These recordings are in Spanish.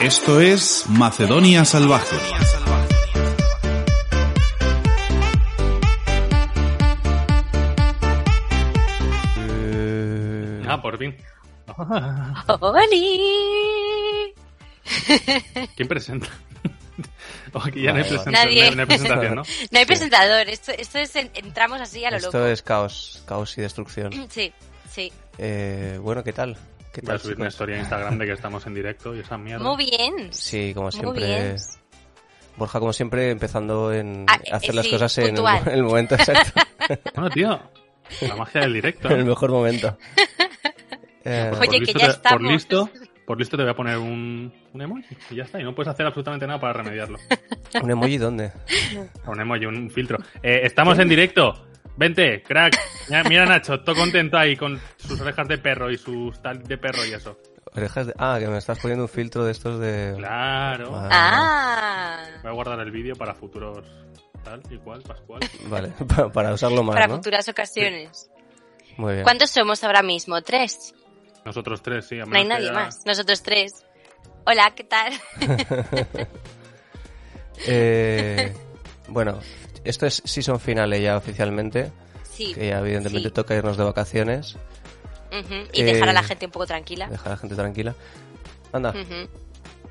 Esto es Macedonia Salvaje. Eh, Ah, por fin. Ah. ¡Oli! ¿Quién presenta? O aquí ya no hay, Vale, vale. presentación, Nadie. no hay presentación, ¿no? No hay Sí. presentador, esto, esto es en- entramos así a lo Esto loco. es caos, caos y destrucción. Sí, sí. Eh, bueno, ¿qué tal? ¿Qué Voy a tal? subir una chicos? historia a Instagram de que estamos en directo y esa mierda. Muy bien. Sí, como Muy bien. siempre. Borja, como siempre, empezando en Ah, eh, hacer las sí, cosas en el, puntual. en el momento exacto, Bueno, tío, la magia del directo. en el mejor momento. Eh, Por Oye, que listo ya te- estamos. Por listo, por listo te voy a poner un, un emoji y ya está. Y no puedes hacer absolutamente nada para remediarlo. ¿Un emoji dónde? Un emoji, un filtro. Eh, estamos en directo. Vente, crack. Mira, mira a Nacho, todo contento ahí con sus orejas de perro y sus tal de perro y eso. Orejas de... Ah, que me estás poniendo un filtro de estos de... Claro. Ah, Voy a guardar el vídeo para futuros tal y cual, Pascual. Vale, pa- para usarlo más, para ¿no? futuras ocasiones. Muy bien. ¿Cuántos somos ahora mismo? ¿Tres? Nosotros tres, sí. a No hay menos que nadie ya- más. Nosotros tres. Hola, ¿qué tal? Eh, bueno, esto es season finale ya oficialmente, Sí. que ya evidentemente Sí. toca irnos de vacaciones, Ujú, Y dejar a la Eh, gente un poco tranquila. dejar a la gente tranquila. Anda, Ujú.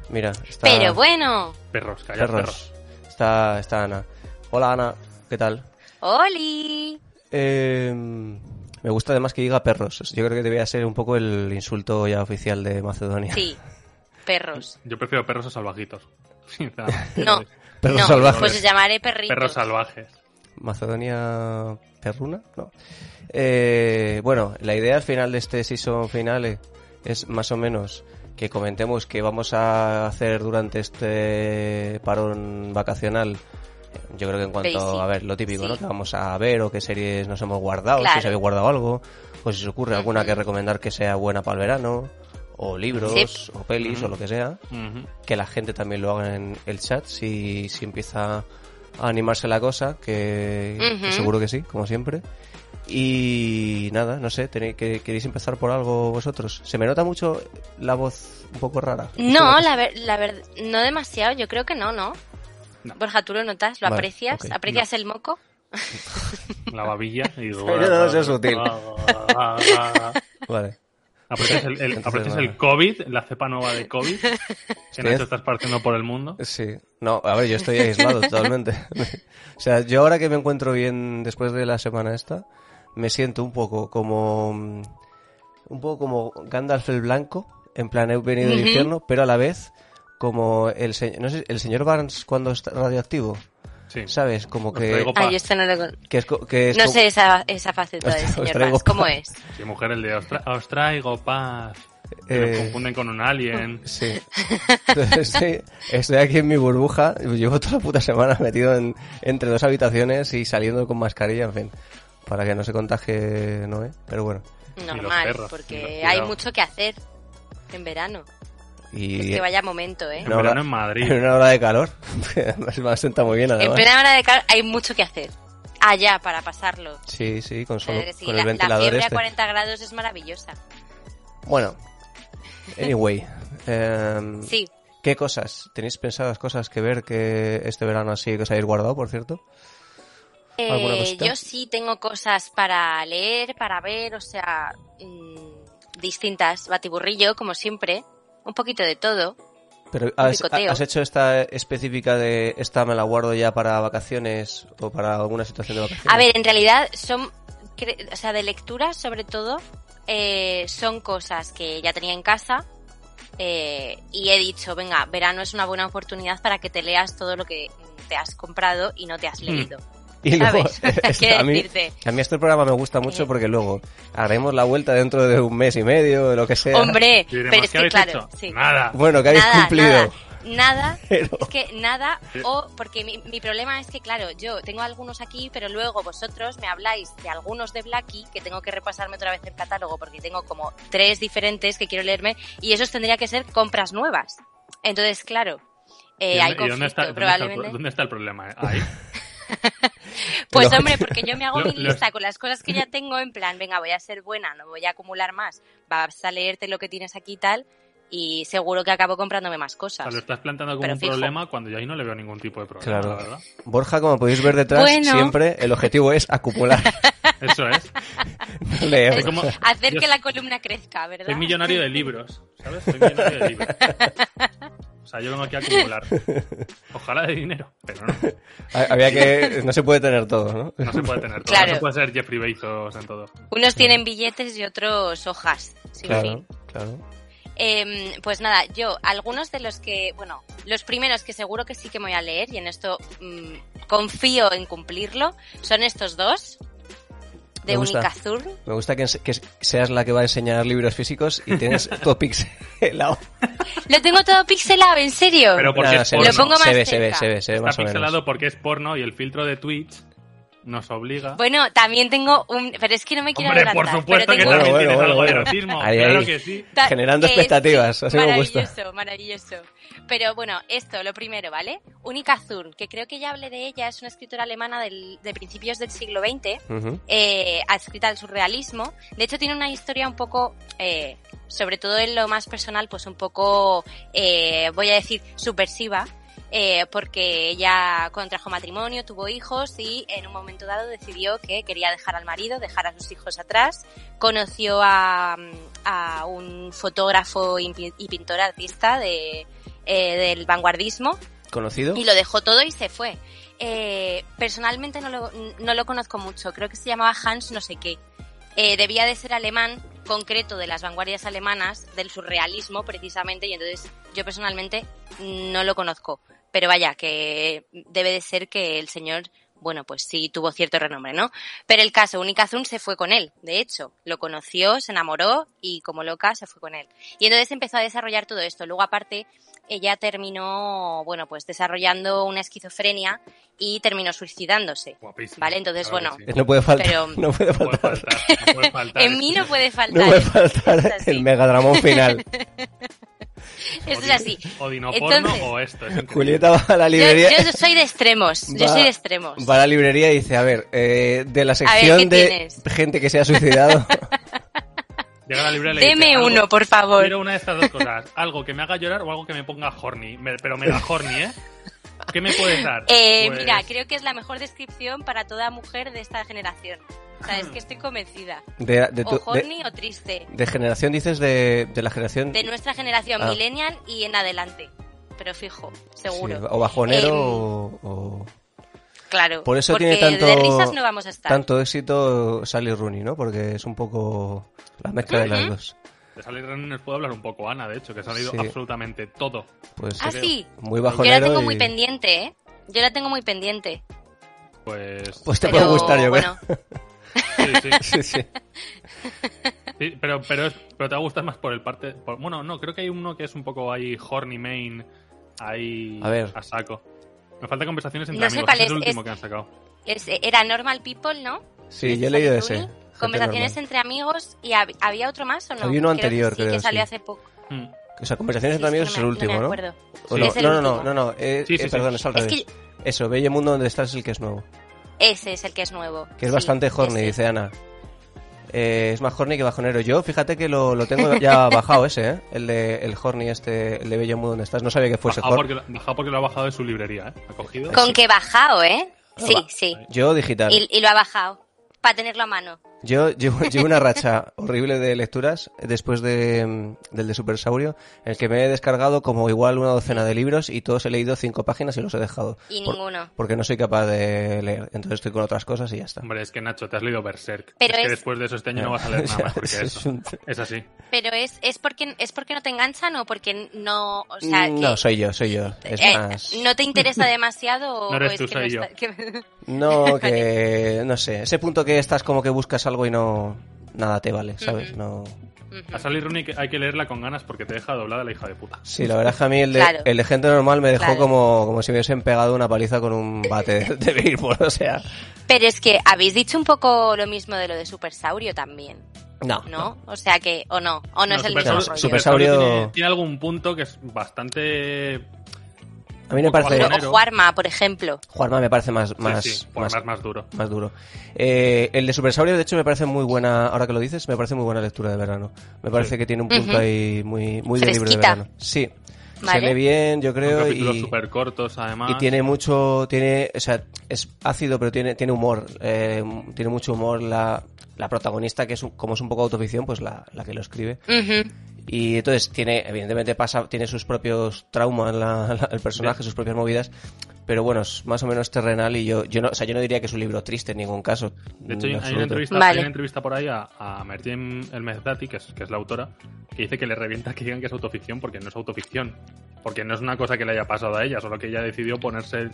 mira, está... Hmm. Pero bueno. Perros, calla, Perros. perros. Está, está Ana. Hola Ana, ¿qué tal? ¡Oli! Eh, me gusta además que diga perros. Yo creo que debería ser un poco el insulto ya oficial de Macedonia. Sí. Perros. Yo prefiero perros a salvajitos. Sinceramente. No. Perros no, salvajes. Pues os llamaré perritos. Perros salvajes. Macedonia perruna, no. Eh, bueno, la idea al final de este season finale es más o menos que comentemos que vamos a hacer durante este parón vacacional. Yo creo que en cuanto Basic, a ver lo típico, sí. ¿no? Que vamos a ver o qué series nos hemos guardado, si Claro. os habéis guardado algo, o si os ocurre alguna que recomendar que sea buena para el verano, o libros, Sí. o pelis, Ujú. o lo que sea Ujú. que la gente también lo haga en el chat si, si empieza a animarse la cosa, que, Ujú. que seguro que sí, como siempre. Y nada, no sé, tenéis que, ¿queréis empezar por algo vosotros? Se me nota mucho la voz un poco rara. No, la, ver- la verdad, no demasiado, yo creo que no, ¿no? No. Borja, tú lo notas, lo Vale, aprecias, ok. aprecias el moco. La babilla y digo. Pero no seas útil. Aprecias Vale. el, el- Entonces, ah. aprecias vale. el COVID, la cepa nueva de COVID, que Nacho es- está esparciendo por el mundo. Sí. No, a ver, yo estoy aislado totalmente. o sea, yo ahora que me encuentro bien después de la semana esta, me siento un poco como... mm, Un poco como Gandalf el Blanco, en plan he venido del Ujú. infierno, pero a la vez como el, se- no sé, el señor Barnes cuando está radioactivo, Sí. ¿sabes? Como Os que... traigo- Opa. Ah, yo esto no lo con- que es co- que es No como- sé esa, esa faceta del Os señor traigo Vaz, ¿cómo pa- es? Sí, mujer, el de os, tra- os traigo paz. Que Eh, nos confunden con un alien. Sí. Entonces, sí, estoy aquí en mi burbuja. Llevo toda la puta semana metido en, entre dos habitaciones y saliendo con mascarilla, en fin. Para que no se contagie Noé. Pero bueno. Normal, perros, y los porque cuidados. hay mucho que hacer en verano. Y Que vaya momento, ¿eh? En no, verano la- en Madrid. en una hora de calor. se me ha sentado muy bien, en además. plena hora de calor hay mucho que hacer. Allá, para pasarlo. Sí, sí, con, solo, Claro que sí, con la, el la ventilador fiebre a este. 40 grados es maravillosa. Bueno. Anyway. em, Sí. ¿Qué cosas? ¿Tenéis pensadas cosas que ver que este verano así que os habéis guardado, por cierto? ¿Alguna Eh, cosita? yo sí tengo cosas para leer, para ver, o sea, mm, distintas. Batiburrillo, como siempre. Un poquito de todo. Pero has, picoteo. has hecho esta específica de esta me la guardo ya para vacaciones o para alguna situación de vacaciones. A ver, en realidad son, cre- o sea, de lectura sobre todo, eh, son cosas que ya tenía en casa eh, y he dicho, venga, verano es una buena oportunidad para que te leas todo lo que te has comprado y no te Mm. has leído. y luego, ¿sabes? esta- Quiero a, mí, decirte. a mí este programa me gusta Eh. mucho porque luego haremos la vuelta dentro de un mes y medio, de lo que sea. Hombre, Y diré, pero "¿Más es qué que habéis claro, hecho?". sí. Nada. Bueno, que habéis Nada, cumplido. nada, nada, Pero- es que nada, Sí. o porque mi, mi problema es que, claro, yo tengo algunos aquí, pero luego vosotros me habláis de algunos de Blacky que tengo que repasarme otra vez el catálogo porque tengo como tres diferentes que quiero leerme y esos tendría que ser compras nuevas. Entonces, claro, eh, ¿Y hay dónde- y dónde está, conflicto dónde está el pro- probablemente. ¿Dónde está el problema? eh? Ahí. Pues Lo- hombre, porque yo me hago Lo- mi lo- lista con las cosas que ya tengo en plan, venga, voy a ser buena, no voy a acumular más, vas a leerte lo que tienes aquí y tal, y seguro que acabo comprándome más O sea, cosas. lo estás planteando como Pero un fijo. problema cuando yo ahí no le veo ningún tipo de problema, Claro. la verdad. Borja, como podéis ver detrás, Bueno. siempre el objetivo es acumular, pues, Eso es. no leer. Soy como- Hacer Yo que la columna crezca, ¿verdad? Soy millonario de libros, ¿sabes? Soy millonario de libros. O sea, yo vengo aquí a acumular. Ojalá de dinero, pero no. Ha- Había que... No se puede tener todo, ¿no? No se puede tener todo. Claro. No se puede ser Jeffrey Bezos en todo. Unos tienen billetes y otros hojas, sin fin. Claro, claro. Eh, pues nada, yo, algunos de los que, bueno, los primeros que seguro que sí que me voy a leer, y en esto mm, confío en cumplirlo, son estos dos, Me de gusta. Unicazur. Me gusta que, ense- que seas la que va a enseñar libros físicos y tienes todo pixelado. Lo tengo todo pixelado, en serio. Pero porque Nada, es se, porno. ve, Lo pongo se más ve, se ve, cerca. se ve, se ve más Está o menos. pixelado porque es porno y el filtro de Twitch nos obliga. Bueno, también tengo un... Pero es que no me quiero Hombre, por adelantar. supuesto pero que tengo Bueno, también bueno, tienes bueno, algo de bueno. erotismo. Ahí, claro ahí. que sí. Ta- Generando eh, expectativas, así me gusta. Maravilloso, maravilloso. Pero bueno, esto, lo primero, ¿vale? Unica Zurn, que creo que ya hablé de ella, es una escritora alemana del- de principios del siglo XX, Ujú. eh, adscrita al surrealismo. De hecho, tiene una historia un poco, eh, sobre todo en lo más personal, pues un poco, eh, voy a decir, subversiva. eh, porque ella contrajo matrimonio, tuvo hijos y en un momento dado decidió que quería dejar al marido, dejar a sus hijos atrás. Conoció a, a un fotógrafo y pi- y pintor artista de, eh, del vanguardismo ¿Conocido? y lo dejó todo y se fue. Eh, personalmente no lo, no lo conozco mucho, creo que se llamaba Hans no sé qué. Eh, debía de ser alemán, concreto de las vanguardias alemanas, del surrealismo precisamente, y entonces yo personalmente no lo conozco. Pero vaya, que debe de ser que el señor, bueno, pues sí tuvo cierto renombre, ¿no? Pero el caso, Unicazun se fue con él, de hecho, lo conoció, se enamoró y como loca se fue con él. Y entonces empezó a desarrollar todo esto. Luego aparte, ella terminó, bueno, pues desarrollando una esquizofrenia y terminó suicidándose. Guapísimo. Vale, entonces, Claro bueno, que sí. No puede faltar. Pero- No puede No puede faltar. faltar. No puede faltar. En mí no puede faltar. No puede esto faltar es así. el megadramón final. Esto es así. O dinoporno Entonces- o esto. es increíble. Julieta va a la Yo, librería. yo soy de extremos. Yo Va- soy de extremos. Va a la librería y dice, a ver, eh, de la ver, sección ¿qué de tienes? gente que se ha suicidado, Llega la librería y le dice, Deme "Algo- uno, por favor. Quiero una de estas dos cosas. Algo que me haga llorar o algo que me ponga horny. Me- pero me da horny, ¿eh? ¿Qué me puedes dar? Eh, Pues- Mira, creo que es la mejor descripción para toda mujer de esta generación. O sea, es que estoy convencida. de, de, tu- O de- horny o triste. de generación, dices, de, de la generación... De nuestra generación, Ah. millennial y en adelante. Pero fijo, seguro. Sí, o bajonero Em, o- o... Claro. Por eso porque tiene tanto, de risas no vamos a estar. tanto éxito Sally Rooney, ¿no? Porque es un poco la mezcla de las Ujú. dos. De Sally Rooney nos puede hablar un poco Ana, de hecho, que se ha leído Sí. absolutamente todo. Pues Ah, eh, sí. muy Yo la Yo la bajonero tengo y- muy pendiente, ¿eh? Yo la tengo muy pendiente. Pues. Pues te pero, puede gustar, yo bueno, Sí, sí. creo. Sí, sí. Sí, pero, pero, es- pero te va a gustar más por el parte. por- bueno, no, creo que hay uno que es un poco ahí horny main, ahí A ver. saco. Me falta conversaciones entre No sé amigos, cuál ese es es, el último es- que han sacado. es- era Normal People, ¿no? Sí, yo he Sally leído ese. Rooney, Gente Conversaciones normal. entre amigos y hab- había otro más o no? Había uno Creo que anterior, sí, creo, que salió sí. hace poco. Mm. O sea, conversaciones entre Sí, amigos sí, es el me- último, me ¿no? acuerdo. ¿O Sí. no? Es el no, no, no, último. no, no, eh, Sí, sí, eh, sí. perdón, es al Es revés. que Eso, Bello Mundo donde estás es el que es nuevo. Ese es el que es nuevo. Que es sí, bastante horny, ese. dice Ana. Eh, es más horny que bajonero. Yo, fíjate que lo, lo tengo ya bajado ese, ¿eh? El de el horny este, el de Bello Mundo donde estás. No sabía que fuese Bajado horny. Ah, porque, bajado porque lo ha bajado de su librería, ¿eh? Ha cogido. Con que bajado, ¿eh? Sí, Ah, va. sí. Yo digital. Y, y lo ha bajado. Para tenerlo a mano. Yo llevo, llevo una racha horrible de lecturas después de, mm, del de Supersaurio, en el que me he descargado como igual una docena de libros y todos he leído cinco páginas y los he dejado. Y Por- ninguno. porque no soy capaz de leer. Entonces estoy con otras cosas y ya está. Hombre, es que Nacho, te has leído Berserk. Pero es que es- después de eso este año no vas a leer nada mejor que Es eso. un- Es así. Pero es, es porque es porque no te enganchan o porque no, o sea, Mm, no, que- soy yo, soy yo. Es eh, más. no te interesa demasiado o- No eres o es tú, que soy no yo. está- que- No, que. No sé. Ese punto que estás como que buscas algo y no. Nada te vale, ¿sabes? Ujú. No. Ujú. A Sally Rooney que- hay que leerla con ganas porque te deja doblada la hija de puta. Sí, la verdad es que a mí el de, Claro. el de gente normal me dejó Claro. como, como si me hubiesen pegado una paliza con un bate de, de béisbol, o sea. Pero es que habéis dicho un poco lo mismo de lo de Supersaurio también, No. ¿no? O sea que, o no, o no, es el Supersaurio- mismo rollo. Supersaurio- Supersaurio tiene, tiene algún punto que es bastante A mí me O parece. Juanma. O Juarma, por ejemplo. Juanma me parece más. más, sí, sí, más, más, más duro. más duro. Eh, el de Supersaurio, de hecho, me parece muy buena. Ahora que lo dices, me parece muy buena lectura de verano. Me parece Sí. que tiene un punto Ujú. ahí muy, muy de libro de Fresquita. verano. Sí. Vale. Se lee bien, yo Son creo. capítulos Y, súper cortos, además. y tiene mucho. tiene O sea, es ácido, pero tiene, tiene humor. eh, tiene mucho humor la, la protagonista, que es un- como es un poco autoficción, pues la, la que lo escribe. Ujú. Y entonces tiene, evidentemente pasa, tiene sus propios traumas la- la- el personaje, sus propias movidas, pero bueno, es más o menos terrenal y yo, yo no, o sea, yo no diría que es un libro triste en ningún caso. De hecho, en hay- hay absoluto. una, entrevista, Vale. hay una entrevista por ahí a, a Mertim Elmezdati, que es, que es la autora, que dice que le revienta que digan que es autoficción porque no es autoficción. Porque no es una cosa que le haya pasado a ella, solo que ella decidió ponerse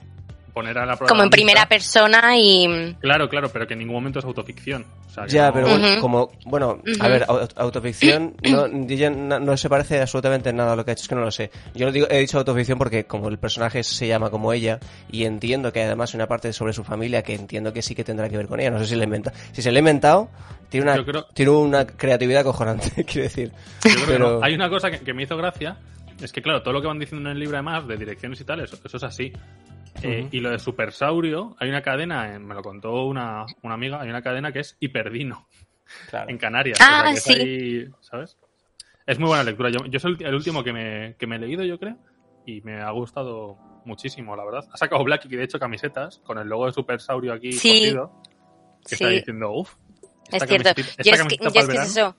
poner a la prueba. Como en primera persona y. Claro, claro, pero que en ningún momento es autoficción. O sea, que Ya, no- pero bueno, Ujú. como, bueno, a Ujú. ver, au- autoficción no, ella no, no se parece absolutamente en nada a lo que ha hecho, es que no lo sé. Yo lo digo, he dicho autoficción porque como el personaje se llama como ella y entiendo que hay además una parte sobre su familia que entiendo que sí que tendrá que ver con ella, no sé si la inventa. Si se la ha inventado, tiene una, Yo creo- tiene una creatividad cojonante, quiero decir. Yo creo que Pero- no. Hay una cosa que, que me hizo gracia, es que claro, todo lo que van diciendo en el libro además, de direcciones y tal, eso, eso es así. Eh, Ujú. Y lo de Supersaurio, hay una cadena, eh, me lo contó una, una amiga, hay una cadena que es Hiperdino, Claro. en Canarias. Ah, que es sí. ahí, ¿Sabes? Es muy buena lectura. Yo, yo soy el, el último que me, que me he leído, yo creo, y me ha gustado muchísimo, la verdad. Ha sacado Blacky, que de hecho camisetas, con el logo de Supersaurio aquí Sí. cosido, que está Sí. diciendo, uff. Es cierto. Yo es que, yo es que es eso.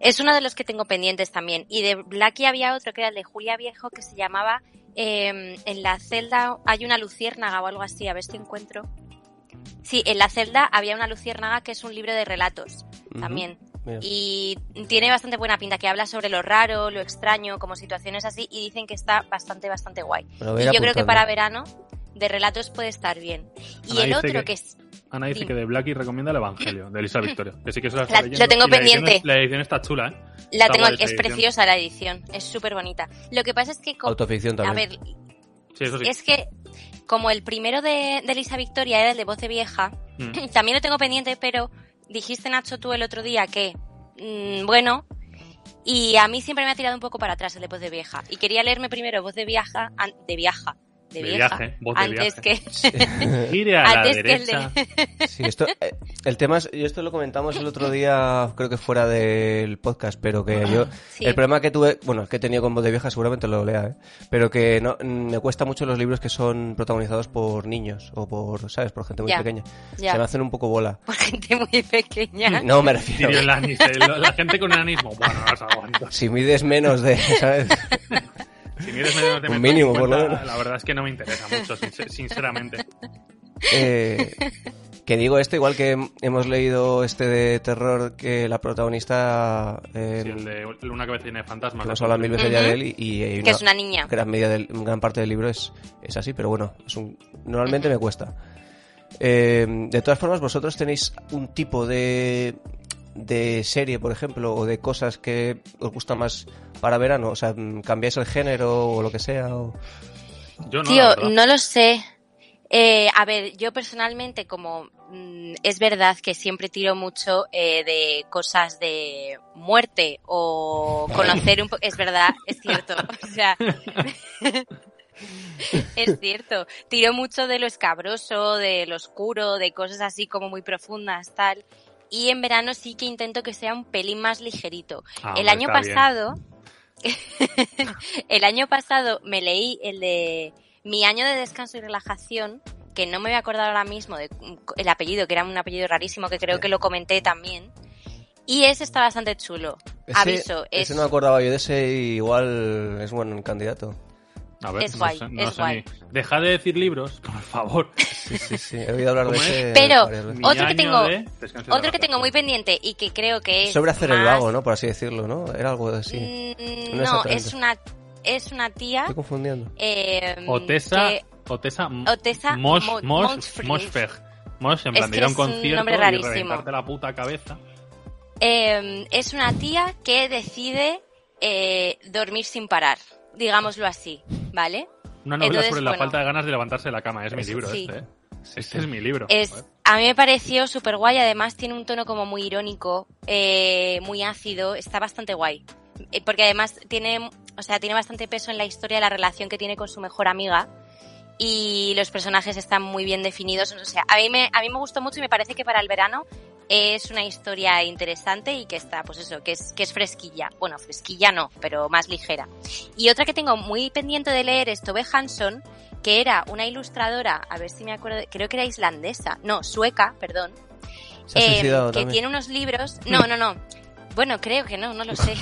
Es uno de los que tengo pendientes también. Y de Blackie había otro que era el de Julia Viejo que se llamaba eh, En la celda hay una luciérnaga o algo así. A ver si encuentro. Sí, En la celda había una luciérnaga que es un libro de relatos Ujú. también. Mira. Y tiene bastante buena pinta, que habla sobre lo raro, lo extraño, como situaciones así, y dicen que está bastante, bastante guay. Me lo voy Y a yo ir creo que apuntando. para verano, de relatos puede estar bien. Y Ana el dice otro que- que es Ana dice Dime. que de Blacky recomienda el Evangelio, de Elisa Victoria. Que sí que se la, La- está leyendo. lo tengo Y la edición pendiente. es- La edición está chula, ¿eh? La Está tengo, guay esa es edición. preciosa la edición, es súper bonita. Lo que pasa es que, co- Autoficción a también. ver, Sí, eso sí. es que como el primero de, de Elisa Victoria era el de Voz de Vieja, Mm. también lo tengo pendiente, pero dijiste, Nacho, tú el otro día que, mm, bueno, y a mí siempre me ha tirado un poco para atrás el de Voz de Vieja. Y quería leerme primero Voz de Viaja, an- de Viaja, De de, Vieja, viaje, Voz de antes Viaje. que... Gire a la antes que el de- derecha. Sí, esto, eh, el tema es, yo esto lo comentamos el otro día, creo que fuera del podcast, pero que yo, Ah, Sí. el problema que tuve, bueno, que he tenido con voz de vieja seguramente lo lea, ¿eh? pero que no, mm, me cuesta mucho los libros que son protagonizados por niños o por, ¿sabes? Por gente muy Ya, pequeña. ya. Se me hacen un poco bola. Por gente muy pequeña. No, me refiero. Tyrion Lannister, eh, lo- la gente con enanismo. Bueno, no os aguanto. Si mides menos de, ¿sabes? Si quieres meterme Un en mínimo, por lo cuenta, menos. La verdad es que no me interesa mucho, sin- sinceramente. Eh, que digo esto, igual que hem- hemos leído este de terror que la protagonista... eh, Sí, el de una cabeza llena de fantasmas. que hemos hablado mil veces ya de él y, y hay Que es una niña. gran media del, gran parte del libro es, es así, pero bueno, es un, normalmente me cuesta. Eh, de todas formas, vosotros tenéis un tipo de, de serie, por ejemplo, o de cosas que os gusta más para verano, o sea, mm, cambiáis el género o lo que sea. o- Yo no, la Tío, verdad. no lo sé. Eh, a ver, yo personalmente, como mm, es verdad que siempre tiro mucho eh, de cosas de muerte o conocer un poco. Es verdad, es cierto. O sea. Es cierto, tiro mucho de lo escabroso, de lo oscuro, de cosas así como muy profundas, tal. Y en verano sí que intento que sea un pelín más ligerito. Ah, El hombre, año está bien. pasado, el año pasado me leí el de mi año de descanso y relajación, que no me voy a acordar ahora mismo de el apellido, que era un apellido rarísimo, que creo que lo comenté también. Y ese está bastante chulo. Ese- Aviso, es ese no me acordaba yo de ese, y igual es buen candidato. A ver, es no guay, sé- no es sé guay. ni- Deja de decir libros, por favor. Sí, sí, sí, he oído hablar de ¿Cómo es? ese. Pero- varias veces. Mi Otro que año tengo- de descanso y otro que relajación. tengo muy pendiente y que creo que es Sobre hacer el más- vago, ¿no? Por así decirlo, ¿no? Era algo así. Mm, No es No, atrás. es una es una tía Estoy confundiendo. eh, Otesa, que- Otesa, M- Otesa Mosh, Mo- Mosh- Moshfreg. Moshfeg. Mosh, en Es plan, de que ir a un es un concierto nombre y rarísimo. reventarte la puta cabeza. Eh, es una tía que decide eh, dormir sin parar, digámoslo así, ¿vale? Una novela Entonces, sobre la bueno. falta de ganas de levantarse de la cama. Es mi libro Sí. este, Eh, ¿eh? Este es mi libro. Es, Joder. a mí me pareció súper guay, además tiene un tono como muy irónico, eh, muy ácido, está bastante guay. Eh, Porque además tiene, o sea, tiene bastante peso en la historia de la relación que tiene con su mejor amiga y los personajes están muy bien definidos. O sea, a mí me, a mí me gustó mucho y me parece que para el verano es una historia interesante y que está, pues eso, que es, que es fresquilla. Bueno, fresquilla no, pero más ligera. Y otra que tengo muy pendiente de leer es Tove Hanson, que era una ilustradora, a ver si me acuerdo, creo que era islandesa, no, sueca, perdón, Se ha eh, suicidado que también. tiene unos libros. No, no, no. Bueno, creo que no, no lo sé.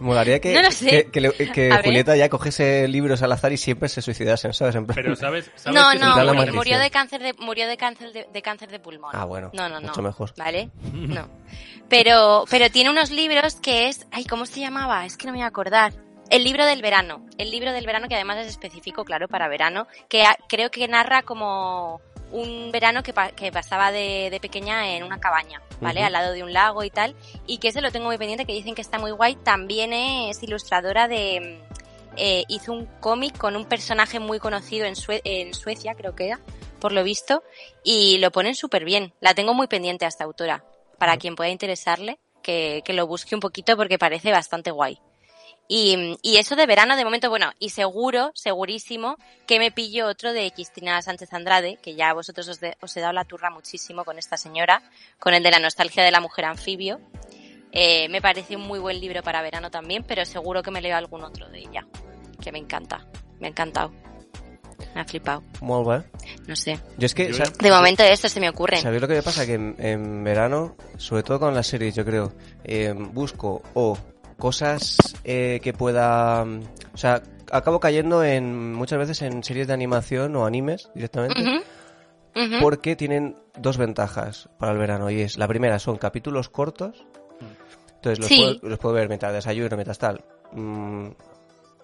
Molaría que, No lo sé. que, que le- que A ver. Julieta ya cogiese libros al azar y siempre se suicidasen, ¿sabes? En plan- Pero sabes, sabes No, que no, Da la murió, maldición. murió de cáncer de murió de cáncer de, de cáncer de pulmón. Ah, bueno, No, no, no. mucho mejor. ¿Vale? No. Pero pero tiene unos libros que es, ay, ¿cómo se llamaba? Es que no me voy a acordar. El libro del verano, el libro del verano que además es específico, claro, para verano, que a- creo que narra como un verano que, pa- que pasaba de, de pequeña en una cabaña, ¿vale? Ujú. Al lado de un lago y tal, y que ese lo tengo muy pendiente, que dicen que está muy guay. También es ilustradora de, eh, hizo un cómic con un personaje muy conocido en, Sue- en Suecia, creo que era, por lo visto, y lo ponen súper bien. La tengo muy pendiente a esta autora, para quien pueda interesarle, que, que lo busque un poquito porque parece bastante guay. Y, y eso de verano, de momento, bueno, y seguro, segurísimo, que me pillo otro de Cristina Sánchez Andrade, que ya a vosotros os, de- os he dado la turra muchísimo con esta señora, con el de la nostalgia de la mujer anfibio. Eh, me parece un muy buen libro para verano también, pero seguro que me leo algún otro de ella, que me encanta, me ha encantado, me ha flipado, Molt bé. no sé. Yo es que, Yo sa- ya- De momento esto se me ocurre. ¿sabéis lo que me pasa? Que en, en verano, sobre todo con las series, yo creo, eh, busco o cosas eh, que pueda... mm, O sea, acabo cayendo en muchas veces en series de animación o animes directamente. Ujú, ujú. porque tienen dos ventajas para el verano y es la primera son capítulos cortos entonces los, Sí. puedo, los puedo ver mientras desayuno mientras tal mm,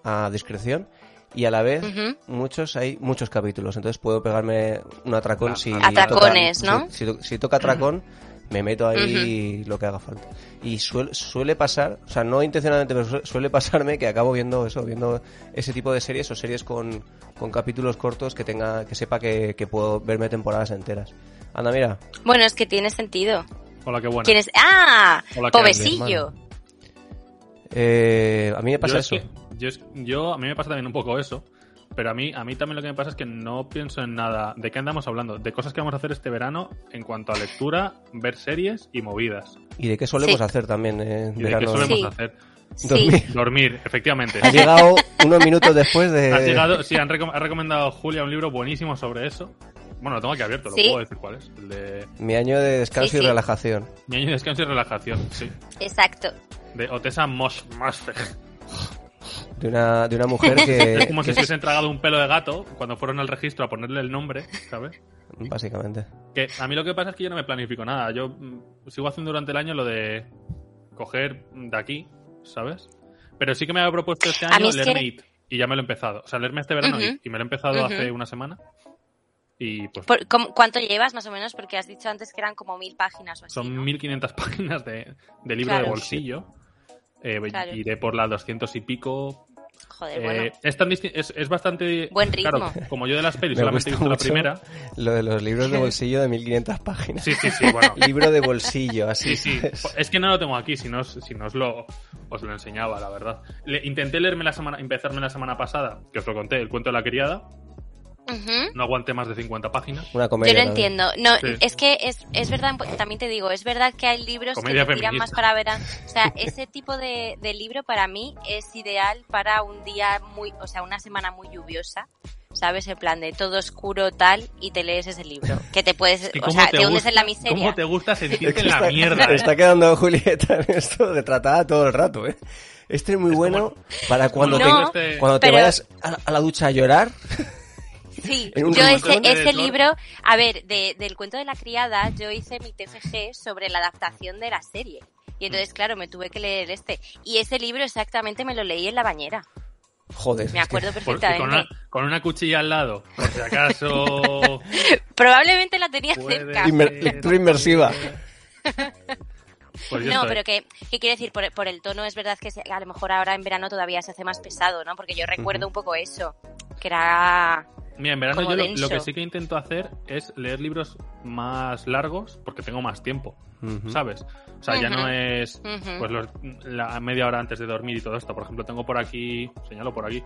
a discreción y a la vez Ujú. muchos hay muchos capítulos entonces puedo pegarme un atracón Ah, si Atracones, toca- ¿no? si, si to- si toca atracón me meto ahí lo que haga falta y suel- suele pasar o sea no intencionalmente pero su- suele pasarme que acabo viendo eso viendo ese tipo de series o series con, con capítulos cortos que tenga que sepa que, que puedo verme temporadas enteras anda mira Bueno, es que tiene sentido. Hola, qué bueno. ¿Quién es? ¡Ah! Hola, ¿qué hay, Pobrecillo. eh, a mí me pasa yo, es eso que- yo, es- yo- a mí me pasa también un poco eso. Pero a mí, a mí también lo que me pasa es que no pienso en nada. ¿De qué andamos hablando? De cosas que vamos a hacer este verano en cuanto a lectura, ver series y movidas. y de qué solemos Sí. hacer también en ¿Y de qué verano solemos Sí. hacer? Sí. Dormir. Dormir, efectivamente. ha llegado unos minutos después de Has llegado, sí, han recom- ha recomendado Julia un libro buenísimo sobre eso. Bueno, lo tengo aquí abierto, lo Sí. puedo decir cuál es. El de mi año de descanso Sí, y sí. relajación Mi año de descanso y relajación, sí. Exacto. De Otessa Mosch Masfeg. de una, de una mujer Es que, como si que se hubiesen tragado un pelo de gato cuando fueron al registro a ponerle el nombre, ¿sabes? es- básicamente Que a mí lo que pasa es que yo no me planifico nada. Yo mm, sigo haciendo durante el año lo de coger de aquí, ¿sabes? Pero sí que me había propuesto este A mí año es leerme que- It. Y ya me lo he empezado. O sea, leerme este verano Ujú. It, Y me lo he empezado Ujú. hace una semana. Y pues Por- ¿cómo- ¿Cuánto llevas más o menos? Porque has dicho antes que eran como mil páginas o así. son ¿no? 1500 páginas de, de libro Claro. de bolsillo. Eh, Claro. Iré por las 200 y pico. Joder, Eh, bueno. es, tan disti- es, es bastante. Buen ritmo. Claro, como yo de las pelis Me solamente he gusta visto la mucho. primera. lo de los libros de bolsillo de 1500 páginas Sí, sí, sí, bueno. libro de bolsillo así Sí, sí. Es que no lo tengo aquí, si no, os- si no os, lo, os lo enseñaba, la verdad. Le- intenté leerme la semana, empezarme la semana pasada, que os lo conté, el cuento de la criada. Ujú. No aguanté más de 50 páginas. una Yo comedia lo también. entiendo. No, Sí. es que es, es verdad, pues, también te digo, es verdad que hay libros Comedia que te tiran feminista. más para verano. O sea, ese tipo de, de libro para mí es ideal para un día muy, o sea, una semana muy lluviosa. ¿Sabes? En plan de todo oscuro, tal, y te lees ese libro. Que te puedes, ¿Y o cómo sea, te te, hundes gusta- en la miseria. ¿Cómo te gusta Es sentirte que en la está, mierda? eh? está quedando Julieta en esto de tratada todo el rato, ¿eh? Este es muy Es bueno como- para cuando como te, No, este- cuando te pero- vayas a, a la ducha a llorar. Sí, En un yo ese, rincón de ese Thor. libro, a ver, de- del cuento de la criada, yo hice mi TFG sobre la adaptación de la serie. Mm. Y entonces, claro, me tuve que leer este. Y ese libro exactamente me lo leí en la bañera. Joder. Me acuerdo Por- y con, una, perfectamente. con una cuchilla al lado, por si acaso. Probablemente la tenía Puede cerca. ser. Inmer- lectura inmersiva. Pues yo No, estoy. pero que, que quiero decir, por, por el tono es verdad que se- a lo mejor ahora en verano todavía se hace más pesado, ¿no? Porque yo recuerdo un poco eso, que era Mira, en verano como yo lo, denso. lo que sí que intento hacer es leer libros más largos porque tengo más tiempo, Ujú. ¿sabes? O sea, ya Ujú. no es Ujú. pues los- la media hora antes de dormir y todo esto. Por ejemplo, tengo por aquí, señalo por aquí,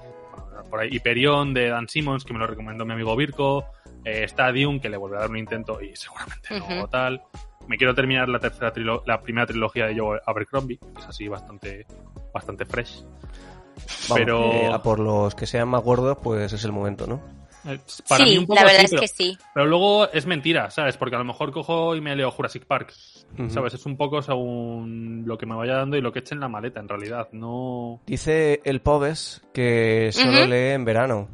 por ahí Hyperion de Dan Simmons, que me lo recomendó mi amigo Virco, eh, Stadium, que le volveré a dar un intento y seguramente no Ujú. tal. Me quiero terminar la tercera trilo- la primera trilogía de Joe Abercrombie, que es así bastante, bastante fresh. Vamos, pero- eh, a por los que sean más gordos, pues es el momento, ¿no? Eh, Para sí, mí un poco la verdad así, es pero- que sí. Pero luego es mentira, ¿sabes? Porque a lo mejor cojo y me leo Jurassic Park, Ujú. ¿sabes? Es un poco según lo que me vaya dando y lo que eche en la maleta, en realidad. No. Dice el Pobes que solo Ujú. lee en verano.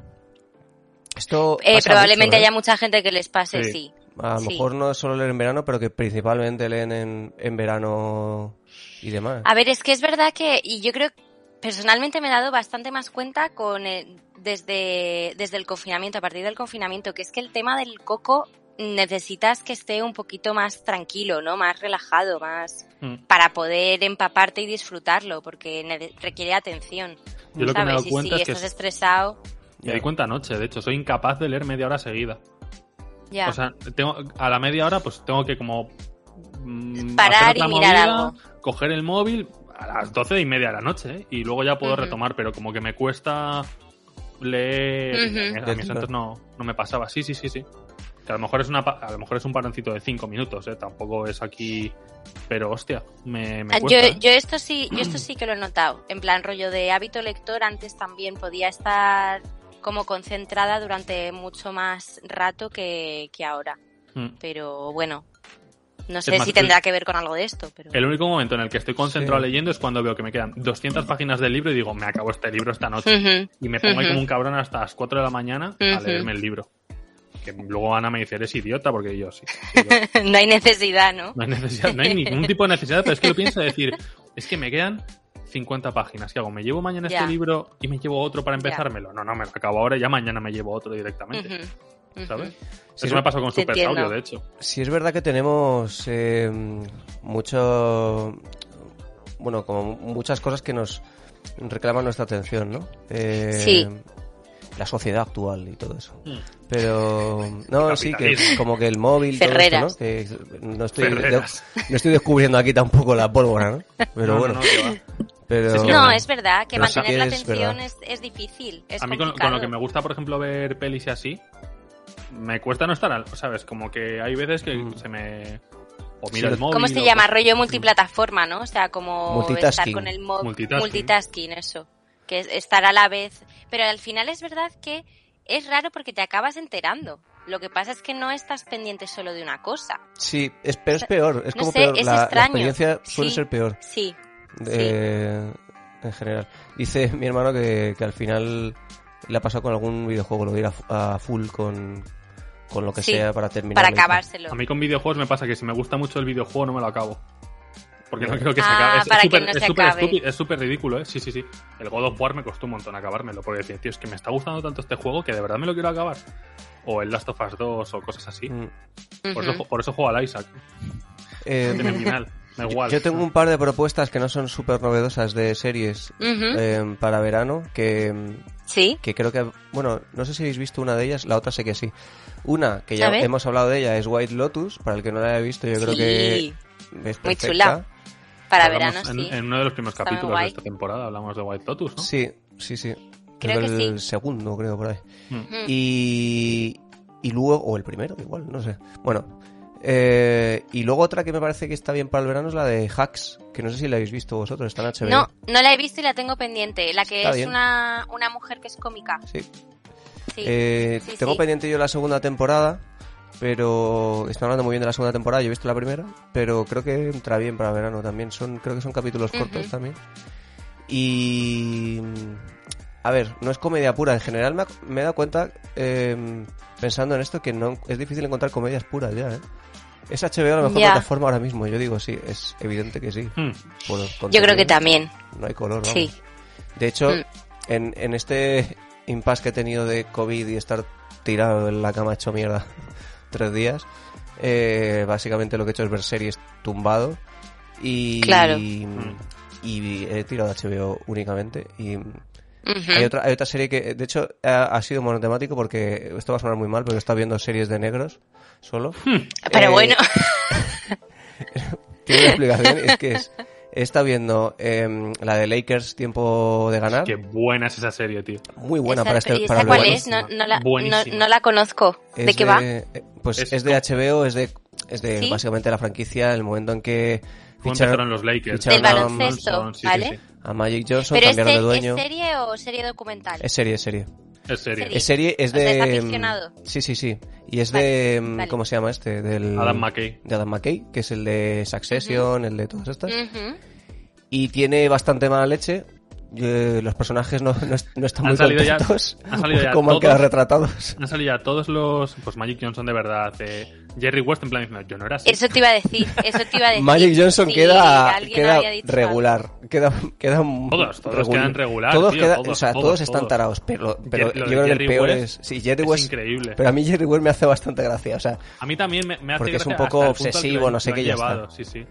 Esto Eh, pasa probablemente mucho, ¿eh? haya mucha gente que les pase, Sí. sí. A lo sí. mejor no solo leen en verano, pero que principalmente leen en, en verano y demás. A ver, es que es verdad que, y yo creo, personalmente me he dado bastante más cuenta con eh, desde, desde el confinamiento, a partir del confinamiento, que es que el tema del coco necesitas que esté un poquito más tranquilo, ¿no? Más relajado, más Mm. para poder empaparte y disfrutarlo, porque ne- requiere atención. Yo lo que me he ¿sabes? dado Y cuenta si es que estás estresado, Me di cuenta anoche, de hecho, soy incapaz de leer media hora seguida. ya. O sea, tengo, a la media hora, pues tengo que como. mm, Parar hacer otra y mirar algo. Coger el móvil a las doce y media de la noche ¿eh? y luego ya puedo Ujú. retomar, pero como que me cuesta leer. Ujú. A mí- A mí eso antes no, no me pasaba. Sí, sí, sí, sí. Que a lo mejor es una pa- a lo mejor es un paroncito de cinco minutos, ¿eh? tampoco es aquí. Pero hostia, me, me Ah, cuesta. yo, ¿eh? yo esto sí, yo esto sí que lo he notado. En plan rollo de hábito lector, antes también podía estar como concentrada durante mucho más rato que, que ahora. Mm. Pero bueno, no Es sé más, si el- tendrá que ver con algo de esto, pero El único momento en el que estoy concentrado Sí. leyendo es cuando veo que me quedan 200 páginas del libro y digo, me acabo este libro esta noche. Ujú, Y me pongo ahí Ujú. como un cabrón hasta las 4 de la mañana a Ujú. leerme el libro. Que luego Ana me dice, eres idiota, porque yo sí. sí, yo- no hay necesidad, ¿no? no, hay necesidad- no hay ningún tipo de necesidad, pero es que lo pienso decir, es que me quedan 50 páginas. ¿Qué hago? ¿Me llevo mañana Ya. este libro y me llevo otro para Ya. empezármelo? No, no, me lo acabo ahora y ya mañana me llevo otro directamente. Ujú, ujú. ¿Sabes? Sí, Eso me pasó con te Supersaurio, entiendo. de hecho. Sí, es verdad que tenemos eh, mucho. Bueno, como muchas cosas que nos reclaman nuestra atención, ¿no? Eh, Sí. La sociedad actual y todo eso. Mm. Pero. No, sí, que Capitalismo. como que el móvil. todo Ferreras. esto, ¿no? Que no, estoy, Ferreras. no estoy descubriendo aquí tampoco la pólvora, ¿no? Pero No, no, bueno. no, que va. pero... Sí, sí, No, es verdad que Pero sí mantener la que es atención verdad. es, es difícil. Es a mí con, con lo que me gusta, por ejemplo, ver pelis y así, me cuesta no estar, al- ¿sabes? Como que hay veces que Mm. se me... O Sí, mira lo- el móvil. ¿Cómo se o llama? cosas- Rollo multiplataforma, ¿no? O sea, como estar Multitasking. con el móvil. Multitasking. Multitasking, eso. Que es estar a la vez. Pero al final es verdad que es raro porque te acabas enterando. Lo que pasa es que no estás pendiente solo de una cosa. Sí, es, pero es peor. Es No como sé, peor. es la, la extraño. experiencia suele Sí. ser peor. Sí. Sí. eh, en general. Dice mi hermano que, que al final le ha pasado con algún videojuego, lo de ir a, fu- a full con, con lo que Sí, sea para terminar. Para acabárselo. A mí con videojuegos me pasa que si me gusta mucho el videojuego no me lo acabo. Porque no Vale. creo que se Ah, acabe. Es- Es para que súper no es se súper acabe. estúpido, es súper ridículo, ¿eh? Sí, sí, sí. El God of War me costó un montón acabármelo. Porque decía, tío, es que me está gustando tanto este juego que de verdad me lo quiero acabar. O el Last of Us 2 o cosas así. Mm. Por, Ujú. eso, por eso juego al Isaac. Eh, Tiene final. Da yo- igual. yo tengo un par de propuestas que no son súper novedosas de series Ujú. eh, para verano que, Sí. que creo que... Bueno, no sé si habéis visto una de ellas, la otra sé que sí. Una que ya A ver. hemos hablado de ella es White Lotus, para el que no la haya visto yo creo sí. que es Muy perfecta. chula. Para Hablamos verano, en, sí. en uno de los primeros Está muy capítulos de guay. esta temporada hablamos de White Lotus, ¿no? Sí, sí, sí. Creo que el segundo, creo, por ahí. Mm. Mm. Y, y luego, o el primero, igual, no sé. Bueno, eh, y luego otra que me parece que está bien para el verano es la de Hacks, que no sé si la habéis visto vosotros, está en HBO. No, no la he visto y la tengo pendiente. La que Está es bien. una, una mujer que es cómica. Sí. Sí. Eh, sí, tengo sí. pendiente yo la segunda temporada, pero están hablando muy bien de la segunda temporada, yo he visto la primera, pero creo que entra bien para verano también, son creo que son capítulos Ujú. cortos también. Y... A ver, no es comedia pura, en general me, ha- me he dado cuenta, eh, pensando en esto, que no es difícil encontrar comedias puras ya, ¿eh? Es HBO la mejor Ya. plataforma ahora mismo, yo digo sí, es evidente que sí. Mm. por Yo creo que contenido. también. No hay color, vamos. Sí. De hecho, Mm. en, en este impasse que he tenido de COVID y estar tirado en la cama hecho mierda tres días, eh, básicamente lo que he hecho es ver series tumbado y, Claro. Hmm. y, he tirado de HBO únicamente y Ujú. Hay otra, hay otra serie que, de hecho, ha, ha sido monotemático porque esto va a sonar muy mal, pero está viendo series de negros solo. Hmm. Pero Eh, bueno, Tiene una explicación, es que es, está viendo em, la de Lakers Tiempo de Ganar. Qué buena es esa serie, tío. Muy buena esa- para este ¿y para esa el cuál verano. es? No, no la, no, Buenísima. no la conozco. ¿De Es qué va? eh, Pues es, Es de HBO, es de, es de ¿Sí? básicamente la franquicia, el momento en que ¿Cómo ficharon empezaron los Lakers? ficharon Del a- baloncesto, Johnson, sí, ¿vale? sí, sí. a Magic Johnson, ¿Pero es, cambiaron de ser- dueño. es serie o serie documental? Es serie, es serie. Es serie. Serie. Es serie, es O sea, de. mm, es aficionado. Sí, sí, sí. Y es Vale, de. mm, vale. ¿Cómo se llama este? Del, Adam McKay. De Adam McKay, que es el de Succession, el de todas estas. Ujú. Y tiene bastante mala leche. Eh, los personajes no, no es- no están Han muy salido ya- contentos. han salido ya como han quedado todos. retratados. Han salido ya todos los. Pues Magic Johnson de verdad. eh, Jerry West en plan diciendo, yo no era así. Eso te iba a decir, eso te iba a decir. Magic Johnson Sí, queda, alguien queda había dicho regular. Queda, queda Todos, todos quedan regular, Todos, tío, queda- todos, o sea, todos, todos, están todos. tarados. Pero, pero Jer- yo lo de creo que el Jerry peor es. West Sí, Jerry es West. increíble. Pero a mí Jerry West me hace bastante gracia. O sea, A mí también me, me hace Porque es un gracia poco hasta el punto al que obsesivo, lo han- no sé lo qué, han ya llevado, Sí, sí.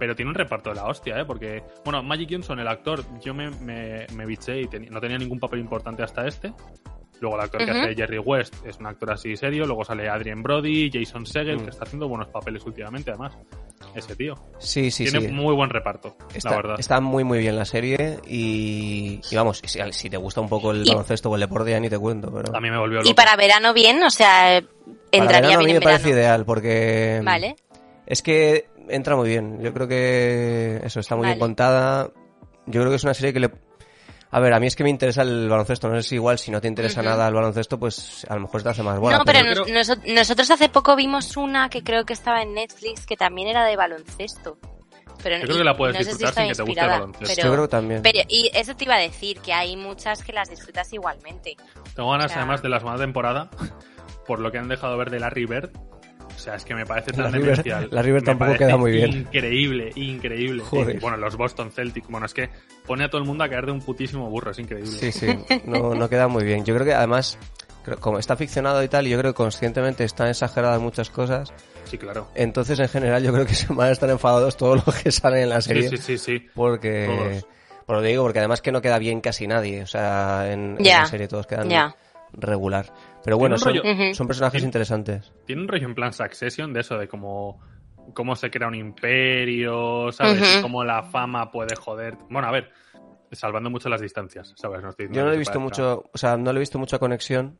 Pero tiene un reparto de la hostia, ¿eh? Porque, bueno, Magic Johnson, el actor, yo me, me, me biché y teni- no tenía ningún papel importante hasta este. Luego el actor que Ujú. hace Jerry West es un actor así serio. Luego sale Adrien Brody, Jason Segel, Mm. que está haciendo buenos papeles últimamente, además. Ese tío. sí, sí, tiene sí. muy buen reparto, la Está, verdad. está muy muy bien la serie y, y vamos, si, si te gusta un poco el Y- baloncesto o el deporte ya ni te cuento, pero A mí me volvió loco. Y para verano bien, o sea, eh, Para entraría verano a mí bien me en verano. parece ideal porque Vale. es que entra muy bien. Yo creo que eso está muy bien Vale. contada. Yo creo que es una serie que le a ver, a mí es que me interesa el baloncesto, no sé si igual si no te interesa Ujú. nada el baloncesto, pues a lo mejor te hace más buena. no, pero, pero- nos- noso- nosotros hace poco vimos una que creo que estaba en Netflix que también era de baloncesto. Pero Yo creo que la puedes no sé si disfrutar está sin que te guste el inspirada, baloncesto. pero- yo creo que también. pero- y eso te iba a decir, que hay muchas que las disfrutas igualmente. Tengo ganas, O sea- además, de la segunda temporada, por lo que han dejado ver de Larry Bird. O sea, es que me parece tan Larry Bird- demencial. Larry Bird Me tampoco parece queda muy bien. Increíble, increíble. Joder. Y, bueno, los Boston Celtic, bueno, es que pone a todo el mundo a caer de un putísimo burro, es increíble. Sí, sí, no, no queda muy bien. Yo creo que además, creo- como está ficcionado y tal, y yo creo que conscientemente están exageradas muchas cosas, Sí, claro. entonces en general yo creo que se van a estar enfadados todos los que salen en la Sí, serie. sí, sí, sí. Porque, Todos. por lo digo, porque además que no queda bien casi nadie, o sea, en, en Ya. la serie todos quedan Ya. regular. Pero bueno, son, Tiene un rollo- Ujú. son personajes Tiene- interesantes. Tiene un rollo en plan Succession de eso, de cómo, cómo se crea un imperio, ¿sabes? Ujú. Y Cómo la fama puede joder. Bueno, a ver, salvando mucho las distancias, ¿sabes? No estoy diciendo Yo no que le he se visto parezca. mucho, o sea, no le he visto mucha conexión.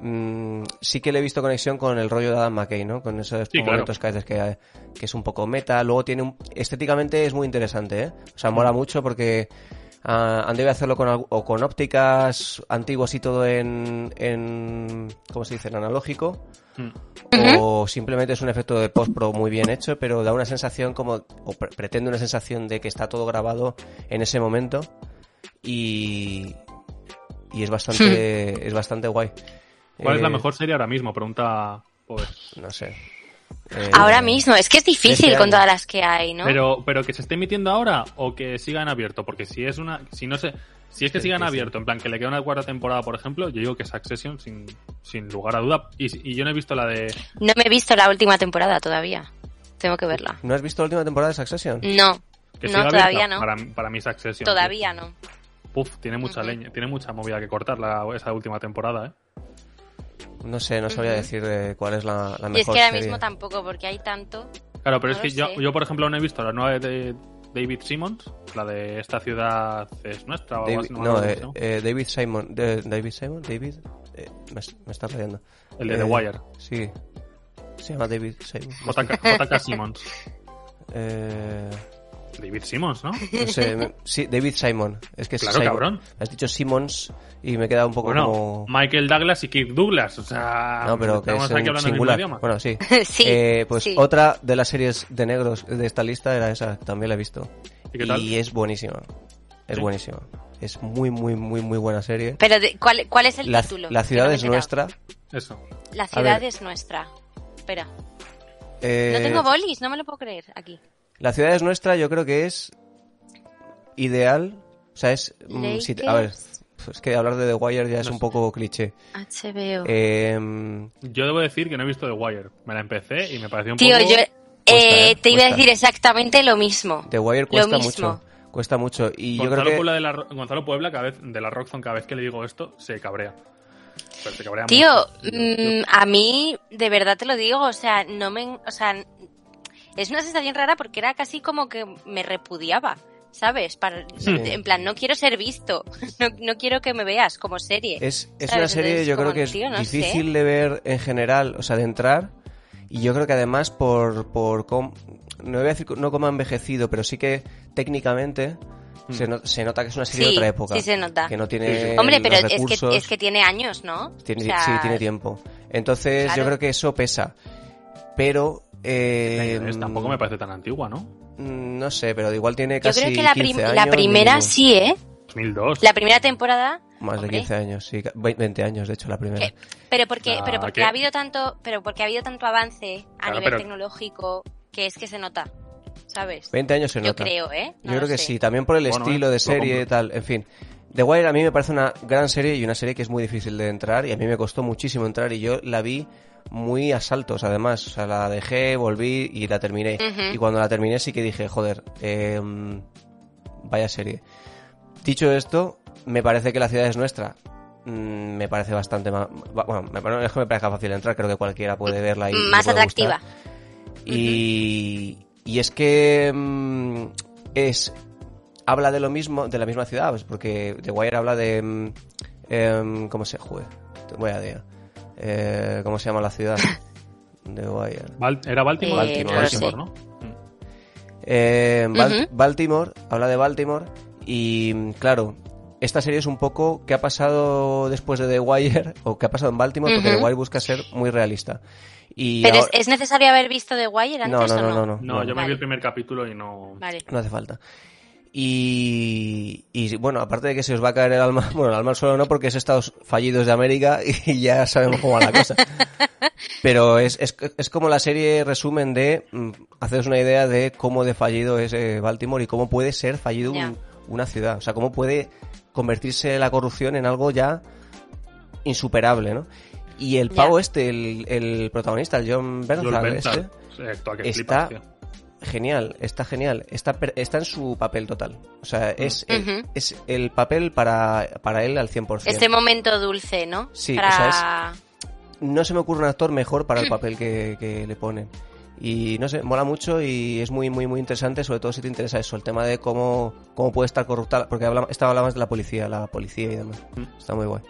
Mm, sí que le he visto conexión con el rollo de Adam McKay, ¿no? Con esos Sí, claro. momentos que haces que, que es un poco meta. Luego tiene un- estéticamente es muy interesante, ¿eh? O sea, mola mucho porque ah, han debido hacerlo con, al- o con ópticas antiguas y todo en, en ¿cómo se dice? En analógico. Mm. O simplemente es un efecto de post-pro muy bien hecho, pero da una sensación como, o pre- pretende una sensación de que está todo grabado en ese momento y, y es bastante, es bastante guay. ¿Cuál es la Eh, mejor serie ahora mismo? Pregunta. Pobre. No sé. Eh, Ahora mismo, es que es difícil este con año. todas las que hay, ¿no? Pero, pero que se esté emitiendo ahora o que siga en abierto, porque si es una, si no sé, si es que Es siga en difícil. abierto, en plan que le queda una cuarta temporada, por ejemplo, yo digo que Succession sin, sin lugar a duda, y, y yo no he visto la de No me he visto la última temporada todavía. Tengo que verla. ¿No has visto la última temporada de Succession? No, que No, siga abierta, todavía no. Para, para mí Succession. todavía no. tío. Puf, tiene mucha Ujú. leña, tiene mucha movida que cortar la, esa última temporada, eh. No sé, no sabría Ujú. decir eh, cuál es la, la mejor. Mm. Y es que ahora serie. mismo tampoco, porque hay tanto. Claro, pero No es que lo yo, sé. yo, por ejemplo, no he visto la nueva de David Simmons, la de esta ciudad es nuestra o algo David, así, no me no, acuerdo eh, cómo se eh, David Simon. de- David Simon? David. eh, me, me está fallando. llama. el de eh, The Wire, Sí. Se llama David Simon. JK, JK Simmons. Eh, David Simmons, ¿no? no sé, me- sí, David Simon. Es que es Claro, Simon. cabrón. Has dicho Simmons y me he quedado un poco Bueno, como. Michael Douglas y Kirk Douglas. O sea, No, pero que es estamos aquí un hablando singular. el mismo idioma. Bueno, sí. sí. Eh, pues sí. otra de las series de negros de esta lista era esa, también la he visto. ¿Y qué tal? es buenísima. Es Sí. buenísima. Es muy, muy, muy, muy buena serie. Pero de- ¿cuál, ¿cuál es el La, título? la Que ciudad no me he es enterado. nuestra. Eso. La ciudad ver. es nuestra. Espera. Eh, No tengo bolis, no me lo puedo creer aquí. La ciudad es nuestra, yo creo que es ideal. O sea, es. mm, si te- a ver, Lakers. es que hablar de The Wire ya es No un sé. poco cliché. HBO. Eh, Yo debo decir que no he visto The Wire. Me la empecé y me pareció un Tío, poco... yo eh, cuesta, ¿eh? te iba a Cuesta. decir exactamente lo mismo. The Wire cuesta mismo. mucho. Cuesta mucho. Y yo Gonzalo, creo que. Puebla de la, Ro- Gonzalo Puebla, cada vez, de la Rockzone, cada vez que le digo esto, se cabrea. Pero se cabrea Tío, mucho. mm, a mí, de verdad te lo digo, o sea, no me. O sea, n- es una sensación rara porque era casi como que me repudiaba, ¿sabes? Para, Sí. En plan, no quiero ser visto, no, no quiero que me veas como serie. Es, es ¿Sabes? una serie, Entonces, yo creo como, que es tío, no sé. difícil de ver en general, o sea, de entrar. Y yo creo que además por, por com- no voy a decir que- no como ha envejecido, pero sí que técnicamente Mm. se, no- se nota que es una serie de Sí, otra época. sí se nota. Que no tiene Sí, sí. Hombre, los pero es recursos, que, es que tiene años, ¿no? tiene- O sea, sí, tiene tiempo. Entonces yo Claro. creo que eso pesa. Pero... La Eh, idea es, tampoco me parece tan antigua, ¿no? mm, No sé, pero igual tiene Yo casi creo que la, 15 prim- años la primera mínimo. sí, ¿eh? 2002. La primera temporada. Más hombre. de 15 años, sí. 20 años, de hecho, la primera. ¿Qué? Pero porque, Ah, pero porque ¿qué? ha habido tanto, pero porque ha habido tanto avance a Claro, nivel pero- tecnológico que es que se nota, ¿sabes? 20 años se Yo nota. creo, ¿eh? No Yo creo lo que sé. sí, también por el Bueno, estilo eh, de lo serie y compro. tal, en fin. The Wire a mí me parece una gran serie y una serie que es muy difícil de entrar y a mí me costó muchísimo entrar y yo la vi muy a saltos además, o sea, la dejé, volví y la terminé. Ujú. Y cuando la terminé sí que dije, joder, eh, vaya serie. Dicho esto, me parece que la ciudad es nuestra. Mm, Me parece bastante ma- ba- Bueno, me, no es que me parezca fácil entrar, creo que cualquiera puede verla y le Mm, Más puede gustar. atractiva. Y, y es que mm, es habla de lo mismo, de la misma ciudad, pues, porque The Wire habla de mm, em, cómo se juega. Voy a decir, eh, cómo se llama la ciudad. The Wire. Bal- ¿Era Baltimore? Eh, no lo Baltimore, sé. ¿no? Eh, Bal- Ujú. Baltimore, habla de Baltimore y mm, claro, esta serie es un poco qué ha pasado después de The Wire o qué ha pasado en Baltimore, porque Ujú. The Wire busca ser muy realista. Y Pero es, ahora- es necesario haber visto The Wire no, antes no, o no, no? no, no, No, no. yo me vi Vale. el primer capítulo y no... Vale. No hace falta. Y, y, bueno, aparte de que se os va a caer el alma, bueno, el alma al suelo no, porque es Estados fallidos de América y ya sabemos cómo va la cosa. Pero es, es, es como la serie resumen de mm, haceros una idea de cómo de fallido es eh, Baltimore y cómo puede ser fallido un- Ya. una ciudad. O sea, cómo puede convertirse la corrupción en algo ya insuperable, ¿no? Y el Ya. pavo este, el, el protagonista, el John Joel Bernthal, Bernthal. este, Sí, actúa que está- flipas, tío. genial, está genial, está, per- está en su papel total. O sea, es, Mm. Ujú. el, es el papel para, para él al 100%. Este momento dulce, ¿no? Sí, Para- o sea, No se me ocurre un actor mejor para el papel que, que le ponen. Y no sé, mola mucho y es muy, muy, muy interesante, sobre todo si te interesa eso, el tema de cómo, cómo puede estar corrupta, porque habla, esta habla más de la policía, la policía y demás. Mm. Está muy guay.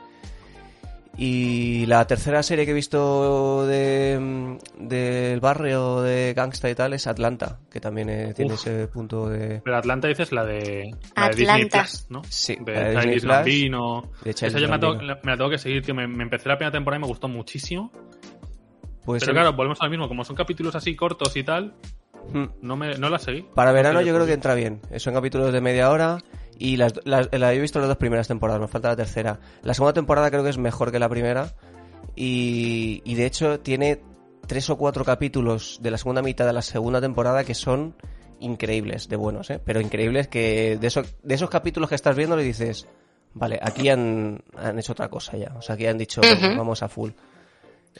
Y la tercera serie que he visto de, mm, del barrio de gangsta y tal es Atlanta, que también eh, tiene Uf. ese punto de... Pero Atlanta dices la de, la de Disney Atlanta. Plus, ¿no? Sí, de la de Childish Disney Plus, Gambino. de Childish Esa yo me la, tengo, Gambino. Pues la- me la tengo que seguir, tío. Me, me empecé la primera temporada y me gustó muchísimo. Puede Pero ser. claro, volvemos al mismo. Como son capítulos así cortos y tal, Mm. no, me, no la seguí. Para verano yo creo que pues- entra bien. Son capítulos de media hora y las, las- la he visto las dos primeras temporadas, me falta la tercera. La segunda temporada creo que es mejor que la primera y, y de hecho tiene tres o cuatro capítulos de la segunda mitad de la segunda temporada que son increíbles, de buenos, ¿eh? pero increíbles que de, esos de esos capítulos que estás viendo le dices, vale, aquí han, han hecho otra cosa ya, o sea, aquí han dicho Ujú. vamos a full.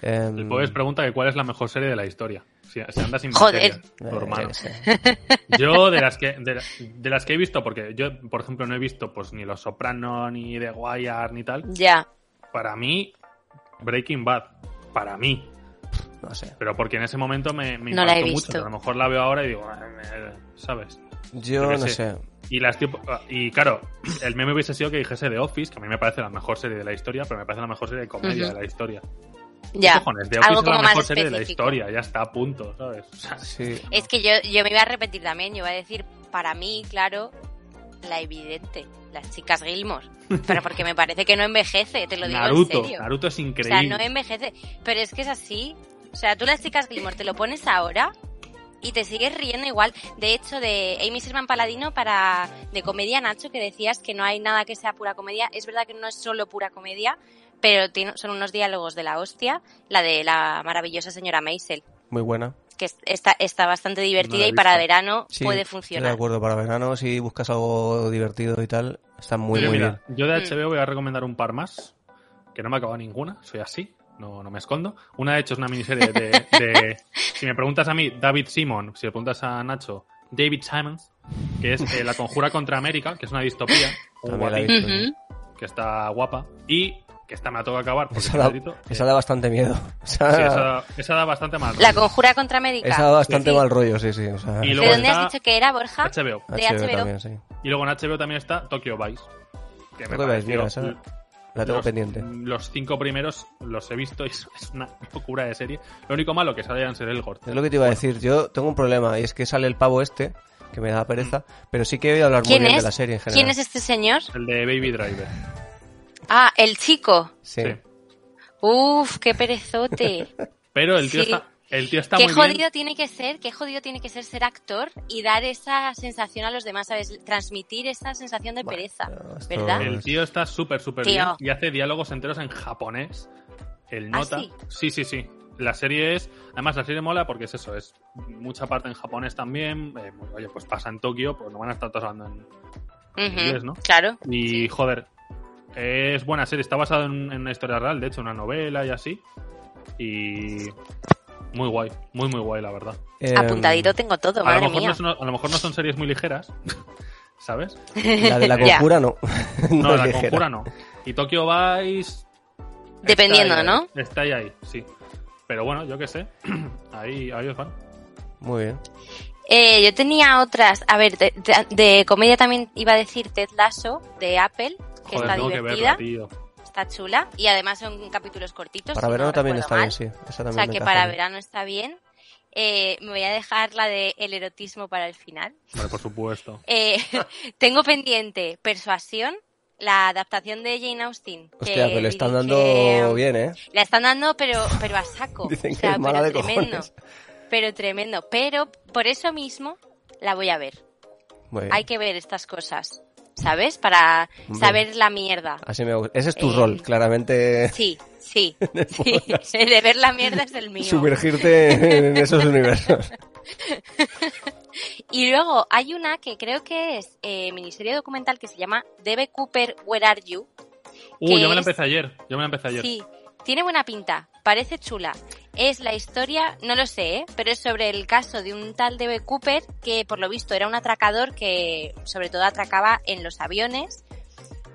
El Em, Pobes Pues pregunta que cuál es la mejor serie de la historia. Si, si andas sin Joder. materias, tu eh, hermano. yo qué sé. Yo de las que de, la- de las que he visto, porque yo, por ejemplo, no he visto pues ni Los Soprano, ni The Wire, ni tal. Ya. Para mí, Breaking Bad. Para mí. No sé. Pero porque en ese momento me, me No la he impactó mucho. visto. pero A lo mejor la veo ahora y digo, "Ah, ¿sabes? Yo qué no sé. sé. Y las tipo- y claro, el meme hubiese sido que dijese The Office, que a mí me parece la mejor serie de la historia, pero me parece la mejor serie de comedia Ujú. de la historia. ¿Qué Ya. cojones? The Office Algo es la como mejor más serie de la específico. historia, ya está a punto, ¿sabes? O sea, Sí. Es que yo, yo me iba a repetir también, yo iba a decir, para mí, claro, la evidente, las chicas Gilmore. Pero porque me parece que no envejece, te lo digo en Naruto, serio. Naruto es o sea, increíble. no envejece. Pero es que es así. O sea, tú las chicas Gilmore te lo pones ahora y te sigues riendo igual. De hecho, de Amy Sherman Paladino para de comedia Nacho, que decías que no hay nada que sea pura comedia. Es verdad que no es solo pura comedia, pero tiene- son unos diálogos de la hostia, la de la maravillosa señora Maisel Muy buena. que es- está, está bastante No la divertida he y para visto. verano Sí, puede De funcionar. acuerdo, para verano, si buscas algo divertido y tal, está muy, Oye, muy mira, bien. yo de HBO voy a recomendar un par más, que no me acaba ninguna, soy así, no, no me escondo. Una de hecho es una miniserie de, de- Si me preguntas a mí, David Simon, si le preguntas a Nacho, David Simons, que es eh, La Conjura contra América, que es una distopía, un También la he guapi, visto, ¿eh? que está guapa, y que esta me la tengo que acabar porque Esa está da, escrito, eh, esa da bastante miedo. O sea, sí, esa, da- esa da bastante mal. La rollo. conjura contra América. esa da bastante Sí. mal rollo, sí, sí. O sea, Y ¿De luego dónde está has dicho que era, Borja? HBO. de HBO HBO. también, sí. Y luego en HBO también está Tokyo Vice. Que me Tokyo Vice, pareció- mira, esa La tengo los, pendiente. Los cinco primeros los he visto y es es una locura de serie. Lo único malo que sale Ansel Elgort. Es lo que te iba a decir. Yo tengo un problema y es que sale el pavo este, que me da Mm. pereza, pero sí que he oído hablar muy ¿Quién bien es? de la serie en general. ¿Quién es este señor? El de Baby Driver. Ah, el chico. Sí. Sí. Uf, qué perezote. Pero el tío Sí. está, el tío está qué muy jodido bien. tiene que ser, qué jodido tiene que ser ser actor y dar esa sensación a los demás, ¿sabes? Transmitir esa sensación de pereza, no, esto- ¿verdad? Eh, El tío está súper, súper Tío. bien y hace diálogos enteros en japonés. El ¿Ah, nota. sí? sí, sí, sí. La serie es. Además, la serie mola porque es eso: es mucha parte en japonés también. eh, pues, oye, pues pasa en Tokio, pues no van a estar todos hablando en, Ujú, inglés, ¿no? Claro. Y Sí. joder, es buena serie. Está basada en, en una historia real, de hecho, una novela y así. Y muy guay, muy muy guay, la verdad. Eh, Em, Apuntadito tengo A todo, lo, madre mejor mía. no son, a lo mejor no son series muy ligeras, ¿sabes? La de la Ya. conjura no. No, la es ligera. conjura no. Y Tokyo Vice. está Dependiendo, ahí, ¿eh? ¿no? Está ahí, ahí, sí. Pero bueno, yo qué sé. Ahí, ahí os van. Muy bien. Eh, yo tenía otras, a ver, de, de- de comedia también iba a decir Ted Lasso de Apple, que Joder, está tengo que verla, divertida, tío. está chula y además son capítulos cortitos. Para si verano no también recuerdo está mal. bien, sí. Esa O también sea me que encaja para bien. verano está bien. Eh, me voy a dejar la de el erotismo para el final. Hombre, por supuesto. Eh, tengo pendiente Persuasión, la adaptación de Jane Austen. que Hostia, pero le están dicen dando que- bien, ¿eh? La están dando, pero, pero a saco. Dicen O que sea, es mala pero de tremendo. cojones. Pero tremendo. Pero por eso mismo la voy a ver. Muy bien. Hay que ver estas cosas, ¿sabes? Para Hombre. saber la mierda. Así me gusta. Ese es tu Eh, rol, claramente. Sí, sí, sí. El de ver la mierda es el mío. Sumergirte en esos universos. Y luego hay una que creo que es eh, miniserie documental que se llama Debe Cooper, Where Are You? Uh, yo me la es- empecé ayer. Yo me la empecé ayer. Sí, tiene buena pinta, parece chula. Es la historia, no lo sé, ¿eh? pero es sobre el caso de un tal D.B. Cooper que por lo visto era un atracador que sobre todo atracaba en los aviones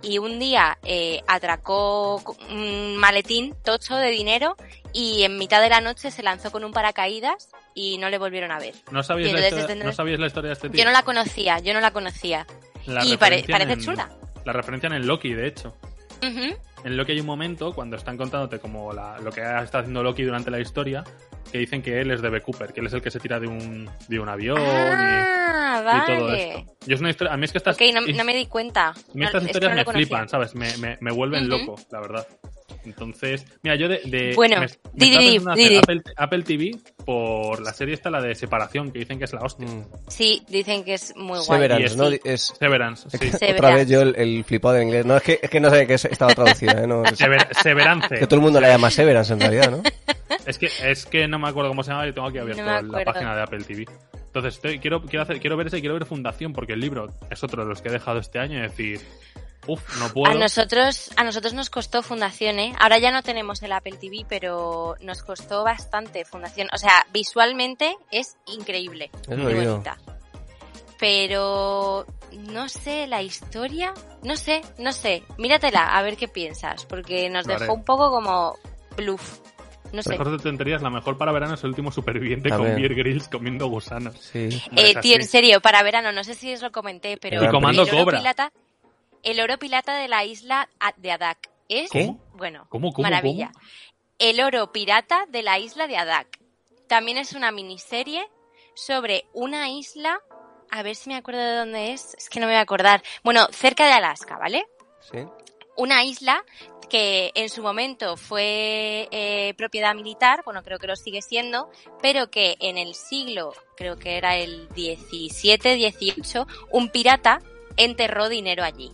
y un día eh, atracó un maletín tocho de dinero y en mitad de la noche se lanzó con un paracaídas y no le volvieron a ver. ¿No sabíais, Y la entonces historia, tendré- ¿No sabíais la historia de este tío? Yo no la conocía, yo no la conocía. La y pare- referencian parece en- chula. La referencian en Loki, de hecho. Ujú. En Loki hay un momento cuando están contándote como la- lo que ha estado haciendo Loki durante la historia, que dicen que él es de B. Cooper, que él es el que se tira de un, de un avión y- Ah, y, todo vale. esto. Y es una historia, a mí es que estas, Ok, no, no me di cuenta. a mí No, estas es que historias no me lo conocía. flipan, ¿sabes? Me, me- me vuelven Ujú. loco, la verdad. Entonces, mira, yo de... de- Bueno, me- me di, está di, di, pensando di, hacer di. Apple, Apple TV por la serie esta, la de Separación, que dicen que es la hostia. Mm. Sí, dicen que es Y muy guay. este Severance, es- ¿no? Es Severance, sí. otra Severance. vez yo el, el flipado de inglés. No, es que, es que no sabía que se- estaba traducida, ¿eh? No, es- Sever- Severance. que todo el mundo la llama Severance en realidad, ¿no? Es que, es que no me acuerdo cómo se llama y tengo aquí abierto No me la acuerdo. página de Apple TV. Entonces, estoy- quiero, quiero, hacer, quiero ver ese y quiero ver Fundación, porque el libro es otro de los que he dejado este año. Es decir, uff, no puedo. A nosotros, a nosotros nos costó Fundación, ¿eh? Ahora ya no tenemos el Apple TV, pero nos costó bastante Fundación. O sea, visualmente es increíble. Es muy jodido. bonita. Pero no sé, la historia, no sé, no sé. Míratela, a ver qué piensas, porque nos Lo haré. dejó un poco como bluff. No sé. Mejor de tonterías, la mejor para verano es el último superviviente También. con Beer Grylls comiendo gusanos. Sí. Hombre, Eh, es tío, en así. serio, para verano, no sé si os lo comenté, pero Y Comando el oro Cobra. Pirata, el oro pirata de la isla a- de Adak es, ¿Qué? bueno, ¿Cómo, cómo, maravilla. cómo? El oro pirata de la isla de Adak. También es una miniserie sobre una isla, a ver si me acuerdo de dónde es, es que no me voy a acordar. Bueno, cerca de Alaska, ¿vale? Sí. una isla que en su momento fue eh, propiedad militar, bueno, creo que lo sigue siendo, pero que en el siglo, creo que era el 17, 18, un pirata enterró dinero allí.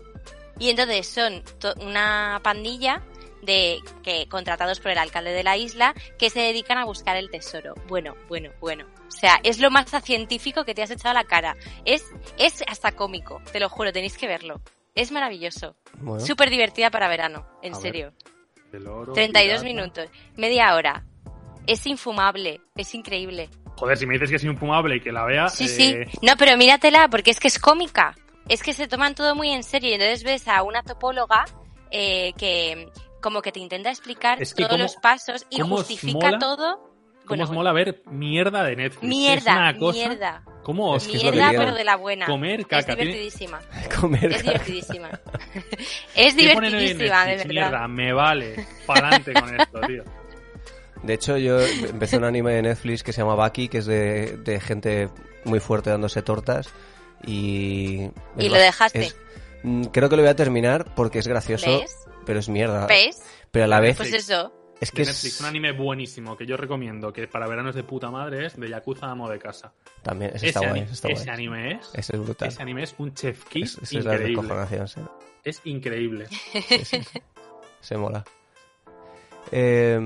Y entonces son to- una pandilla de que contratados por el alcalde de la isla que se dedican a buscar el tesoro. Bueno, bueno, bueno. O sea, es lo más científico que te has echado a la cara. Es es hasta cómico, te lo juro, tenéis que verlo. Es maravilloso. Bueno. Súper divertida para verano, en A ver, serio. El oro, 32 pirata. minutos, media hora. Es infumable, es increíble. Joder, si me dices que es infumable y que la vea. Sí, eh, sí. No, pero míratela, porque es que es cómica. Es que se toman todo muy en serio. Y entonces ves a una topóloga eh, que como que te intenta explicar Es que todos cómo- los pasos y cómo os justifica mola- todo. ¿Cómo Bueno, os mola ver mierda de Netflix? Es Mierda, una cosa. mierda. ¿Cómo os que es lo que Mierda, quieren. pero de la buena. Comer es caca, tiene- divertidísima. Comer Es caca. divertidísima. es ¿Qué ponen hoy en divertidísima, de Netflix? verdad. Mierda, me vale. Pa'lante con esto, tío. De hecho, yo empecé un anime de Netflix que se llama Baki, que es de, de gente muy fuerte dándose tortas. Y. ¿Y es lo ba- dejaste? es- mm, creo que lo voy a terminar porque es gracioso, ¿Ves? pero es mierda. ¿Ves? Pero a la vez. Pues eso. es De que Netflix, es. un anime buenísimo que yo recomiendo, que para veranos de puta madre es de Yakuza Amo de Casa. También, ese está ese, guay. ani- ese está ese guay. anime es. Ese es brutal. Ese anime es un chef kiss Es- esa es la increíble. descojonación, sí. Es increíble. Se mola. Eh,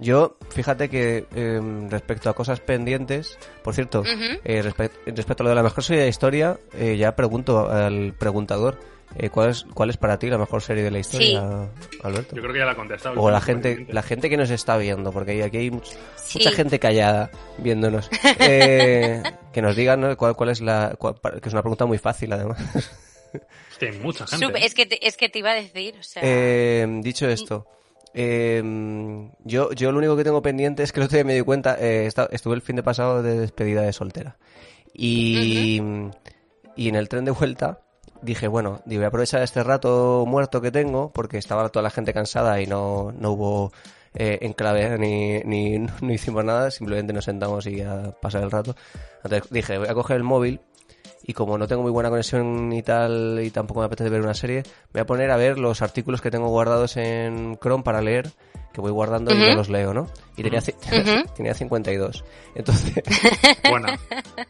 yo, fíjate que eh, respecto a cosas pendientes, por cierto, Ujú. eh, respe- respecto a lo de la mejor serie de la historia, eh, ya pregunto al preguntador, eh, ¿cuál, es, ¿cuál es para ti la mejor serie de la historia, Alberto? Yo creo que ya la he contestado. O la gente, la gente que nos está viendo, porque hay- aquí hay much- Sí. mucha gente callada viéndonos. Eh, que nos digan ¿no? cuál, cuál es la... cuál- para- que es una pregunta muy fácil, además. Es que hay mucha gente. Sub- es, que te, es que te iba a decir, o sea. Eh, dicho esto, eh, yo, yo lo único que tengo pendiente es que el otro día me di cuenta, eh, esta- estuve el fin de pasado de despedida de soltera. Y, y en el tren de vuelta dije, bueno, digo, voy a aprovechar este rato muerto que tengo, porque estaba toda la gente cansada y no, no hubo eh, enclave ni, ni no hicimos nada, simplemente nos sentamos y a pasar el rato. Entonces dije, voy a coger el móvil y como no tengo muy buena conexión y tal, y tampoco me apetece ver una serie, voy a poner a ver los artículos que tengo guardados en Chrome para leer, que voy guardando y Ujú. ya los leo, ¿no? Y tenía, ci- Ujú. tenía 52. Entonces, Buena.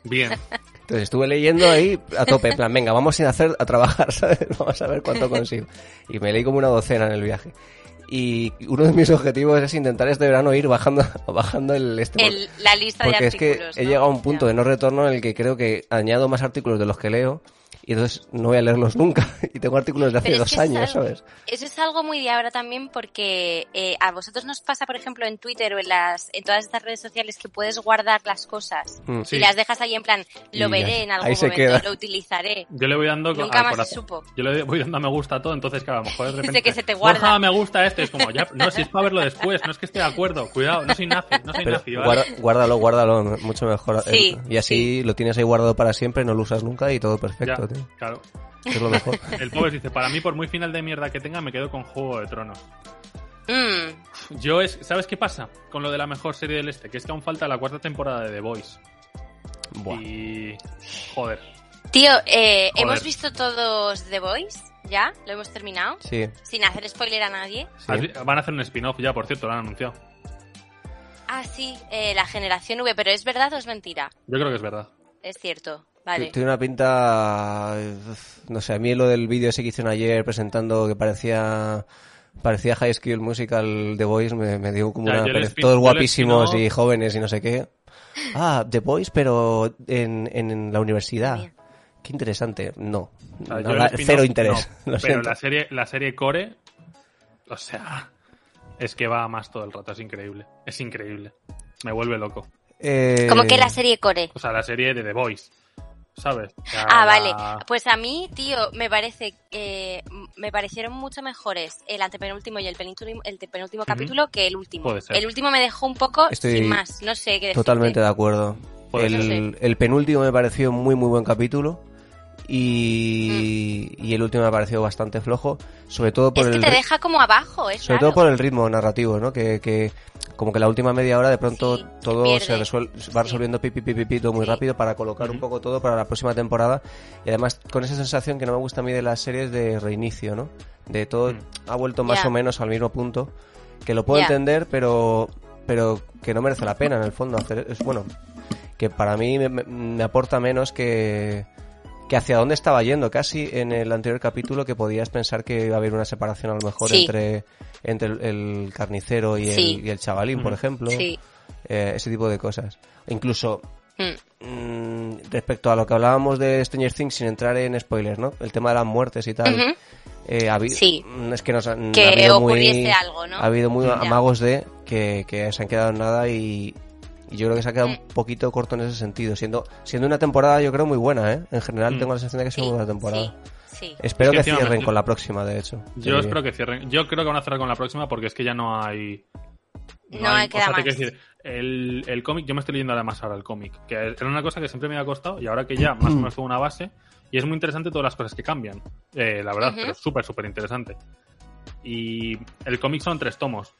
Bien. entonces estuve leyendo ahí a tope, en plan, venga, vamos sin hacer a trabajar, ¿sabes? Vamos a ver cuánto consigo. Y me leí como una docena en el viaje. Y uno de mis objetivos es intentar este verano ir bajando, bajando el este. El- la lista Porque de es que artículos. he ¿no? llegado a un punto Ya. de no retorno en el que creo que añado más artículos de los que leo y entonces no voy a leerlos nunca. Y tengo artículos de hace Pero dos es que es años, algo- ¿sabes? Eso es algo muy de ahora también porque eh, a vosotros nos pasa, por ejemplo, en Twitter o en, las, en todas estas redes sociales que puedes guardar las cosas Mm. Sí. y las dejas ahí en plan, lo Y veré ya- en algún ahí se momento, queda. lo utilizaré. Yo le voy dando co- Nunca al más se corazón. supo. Yo le voy dando a me gusta a todo, entonces claro, a lo mejor de repente. Dice que se te guarda. Borja, me gusta este, es como ya. No, si es para verlo después, no es que esté de acuerdo. Cuidado, no soy nazi, no soy Pero nazi, ¿vale? guarda- guárdalo, guárdalo, mucho mejor. Sí, Eh, y así lo tienes ahí guardado para siempre, no lo usas nunca y todo Ya, perfecto, tío. claro. Es lo mejor. El pobre dice, para mí, por muy final de mierda que tenga, me quedo con Juego de Tronos. Mm, Yo es, ¿sabes qué pasa? Con lo de la mejor serie del este, que es que aún falta la cuarta temporada de The Voice. Buah. Y. Joder. Tío, eh, ¿hemos Joder. visto todos The Voice? ¿Ya? ¿Lo hemos terminado? Sí, Sin hacer spoiler a nadie. sí. Has vi- Van a hacer un spin-off ya, por cierto, lo han anunciado. Ah, sí, eh, la generación V, pero ¿es verdad o es mentira? Yo creo que es verdad. Es cierto, vale. Tiene una pinta. uf, No sé, a mí lo del vídeo ese que hicieron ayer presentando que parecía. Parecía High School Musical The Voice, me, me dio como Ya, una. yo le pare- espino- todos yo le guapísimos espino- y jóvenes y no sé qué. Ah, The Voice, pero en, en, la universidad. Mía. Qué interesante. No. O No, sea, Ah, yo el la- spin-off, cero interés. no, lo pero siento. la serie, la serie Core, o sea, es que va a más todo el rato, es increíble. Es increíble. Me vuelve loco. Eh, Como que la serie Core. O sea, la serie de The Voice, ¿sabes? O sea, la- Ah, vale. Pues a mí, tío, me parece, eh, m- me parecieron mucho mejores el antepenúltimo y el penúltimo, el te- penúltimo Ujú. capítulo que el último. Puede ser. El último me dejó un poco Estoy sin más, no sé qué decirte. Totalmente de acuerdo. Pues El, el penúltimo me pareció muy muy buen capítulo y, y el último me pareció bastante flojo, sobre todo por Mm. Es que el te ri- deja como abajo, es sobre raro. todo por el ritmo narrativo, ¿no? Que, que como que la última media hora de pronto Sí, todo pierde. se resuel- va Sí. resolviendo pipi pipi pipi todo muy Sí. rápido para colocar un Ujú. poco todo para la próxima temporada y además con esa sensación que no me gusta a mí de las series de reinicio, ¿no? De todo Mm. ha vuelto más Ya. o menos al mismo punto, que lo puedo Ya. entender, pero pero que no merece la pena en el fondo hacer es bueno que para mí me, me- me aporta menos que que hacia dónde estaba yendo casi en el anterior capítulo que podías pensar que iba a haber una separación a lo mejor Sí. entre entre el, el carnicero y, Sí. el, y el chavalín por Ujú. ejemplo Sí. Eh, ese tipo de cosas incluso Mm. mm, respecto a lo que hablábamos de Stranger Things sin entrar en spoilers no el tema de las muertes y tal Ujú. eh, ha habi- Sí. mm, Es que, nos han- Que ha habido muy- ocurriese algo, ¿no? Ha habido muy Ya. amagos de que, que se han quedado en nada y, Y yo creo que se ha Mm. quedado un poquito corto en ese sentido, siendo, siendo una temporada yo creo muy buena, ¿eh? En general Mm. tengo la sensación de que es Sí, una muy buena temporada. Sí, sí. Espero Sí, que encima me- cierren con la próxima, de hecho. Te Yo diría. espero que cierren. Yo creo que van a cerrar con la próxima porque es que ya no hay. No hay- queda te más. quiero decir, el, el cómic, yo me estoy leyendo ahora más ahora el cómic, que era una cosa que siempre me ha costado y ahora que ya más o menos tengo una base, y es muy interesante todas las cosas que cambian, eh, la verdad, Ujú. pero súper, súper interesante. Y el cómic son tres tomos,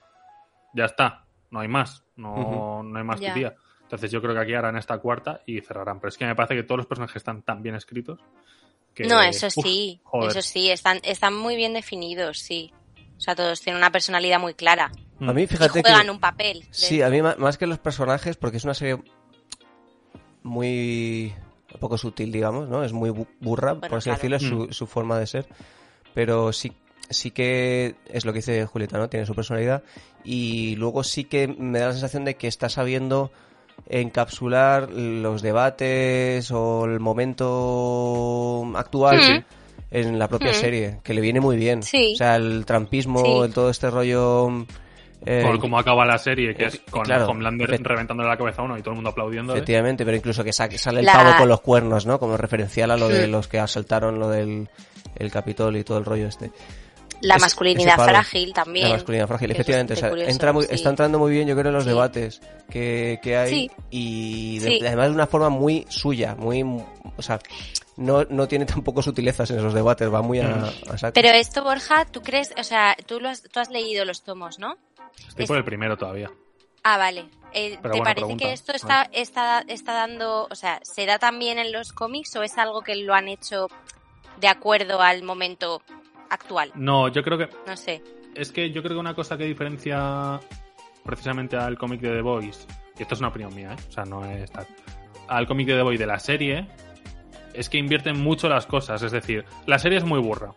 ya está, no hay más, no, no hay más Ya. que día. Entonces yo creo que aquí harán esta cuarta y cerrarán, pero es que me parece que todos los personajes están tan bien escritos. Que, No, eso uf, sí, joder. eso sí, están, están muy bien definidos, sí. O sea, todos tienen una personalidad muy clara Mm. A mí, fíjate y juegan que... un papel. de- Sí, a mí ma- más que los personajes, porque es una serie muy un poco sutil, digamos, ¿no? Es muy bu- burra, por así claro. decirlo, su, su forma de ser. Pero sí, sí que es lo que dice Julieta, ¿no? Tiene su personalidad. Y luego sí que me da la sensación de que está sabiendo encapsular los debates o el momento actual Sí. en la propia Sí. serie, que le viene muy bien. Mm. Sí. O sea, el trampismo, Sí. el todo este rollo... eh, Por cómo acaba la serie, que eh, es con claro, Homelander efect- reventándole la cabeza a uno y todo el mundo aplaudiendo. Efectivamente, pero incluso que sa- sale el La- pavo con los cuernos, ¿no? Como referencial a lo de Mm. los que asaltaron lo del el Capitol y todo el rollo este. La Es- masculinidad ese palo. frágil también. La masculinidad frágil, que es efectivamente. o sea, bastante curioso, entra muy- sí. Está entrando muy bien, yo creo, en los Sí. debates que, que hay. Sí. Y de- Sí. además de una forma muy suya, muy... O sea, no, no tiene tampoco sutilezas en esos debates, va muy a, a saco. Mm. Pero esto, Borja, ¿tú crees? O sea, tú, lo has, tú has leído los tomos, ¿no? Estoy por el primero todavía. Ah, vale. Eh, ¿Te Pero buena parece pregunta. que esto está, está, está dando, o sea, se da también en los cómics o es algo que lo han hecho de acuerdo al momento actual? No, yo creo que. No sé. Es que yo creo que una cosa que diferencia precisamente al cómic de The Voice, y esto es una opinión mía, ¿eh? o sea, no es tal. Al cómic de The Voice de la serie, es que invierten mucho las cosas. Es decir, la serie es muy burra,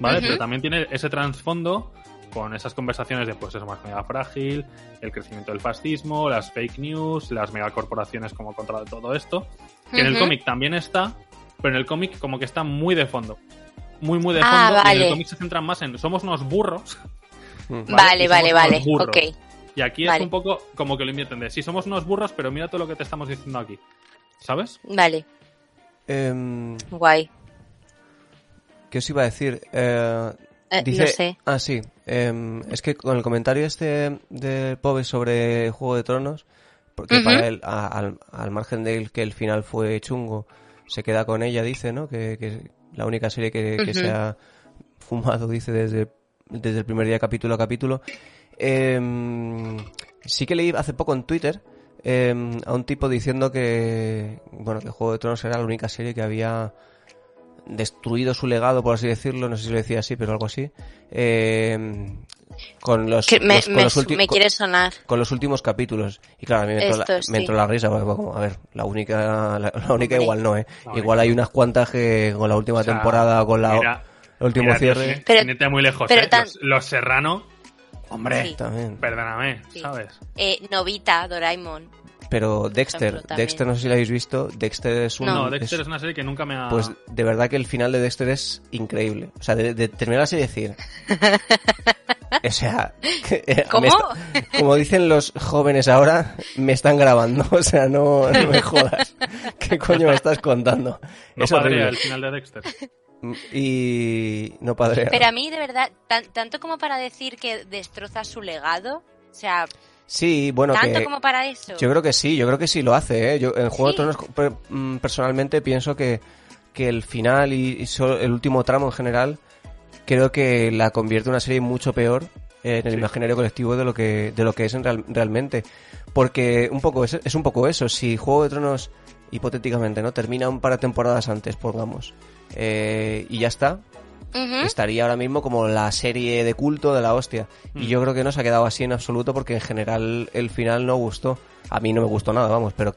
¿vale? Ujú. Pero también tiene ese trasfondo con esas conversaciones de, pues, eso, masculinidad frágil, el crecimiento del fascismo, las fake news, las megacorporaciones como contra todo esto. Que en el Ujú. cómic también está, pero en el cómic como que está muy de fondo. Muy, muy de fondo. Ah, Y en el vale. cómic se centran más en somos unos burros. Mm. Y Vale, somos vale, vale. unos burros. Ok. Y aquí es Vale. un poco como que lo invierten de, sí, somos unos burros, pero mira todo lo que te estamos diciendo aquí. ¿Sabes? Vale. Em, Guay. ¿Qué os iba a decir? Eh, Eh, dice- No sé. Ah, sí. em, es que con el comentario este de Pove sobre Juego de Tronos, porque Ujú. para él, a- al, al margen de que el final fue chungo, se queda con ella, dice, ¿no? Que, que es la única serie que, que se Ujú. ha fumado, dice, desde, desde el primer día, capítulo a capítulo. Em, sí que leí hace poco en Twitter em, a un tipo diciendo que, bueno, que Juego de Tronos era la única serie que había destruido su legado, por así decirlo, no sé si lo decía así, pero algo así, em, con los, Que me, los- con me- los ulti- me quiere sonar. con los últimos capítulos. Y claro, a mí me entró, la, Esto sí. me entró la risa, porque fue como, a ver, la única, la, la única Hombre. igual no, ¿eh? La única igual hay unas cuantas que con la última O sea, temporada o con la, mira, el último Mira, tío, cierre. sin- Pero- sin irte muy lejos, pero ¿eh? tan- los, los Serrano, hombre, Sí. También. perdóname, Sí. ¿sabes? Eh, Novita, Doraemon. Pero Por Dexter, ejemplo, también. Dexter no sé si lo habéis visto, Dexter es un... No. No, Dexter es- es... una serie que nunca me ha... Pues Ah. de verdad que el final de Dexter es increíble. O sea, de, de terminar así decir. O sea, que, eh, me ¿Cómo? está- como dicen los jóvenes ahora, me están grabando. O sea, no, no me jodas. ¿Qué coño me estás contando? no es horrible. padrea Pues el final de Dexter. Y no padre. Pero a mí, de verdad, tan- tanto como para decir que destroza su legado, o sea, Sí, bueno, tanto que como para eso. yo creo que sí, yo creo que sí lo hace. ¿eh? Yo en Juego de Sí. Tronos per- mm, personalmente pienso que, que el final y, y so- el último tramo en general creo que la convierte en una serie mucho peor eh, en el Sí. imaginario colectivo de lo que de lo que es en real- realmente porque un poco es, es un poco eso si Juego de Tronos hipotéticamente no termina un par de temporadas antes pongamos eh, y ya está Ujú. estaría ahora mismo como la serie de culto de la hostia. Y Mm. yo creo que no se ha quedado así en absoluto porque en general el final no gustó. A mí no me gustó nada, vamos, pero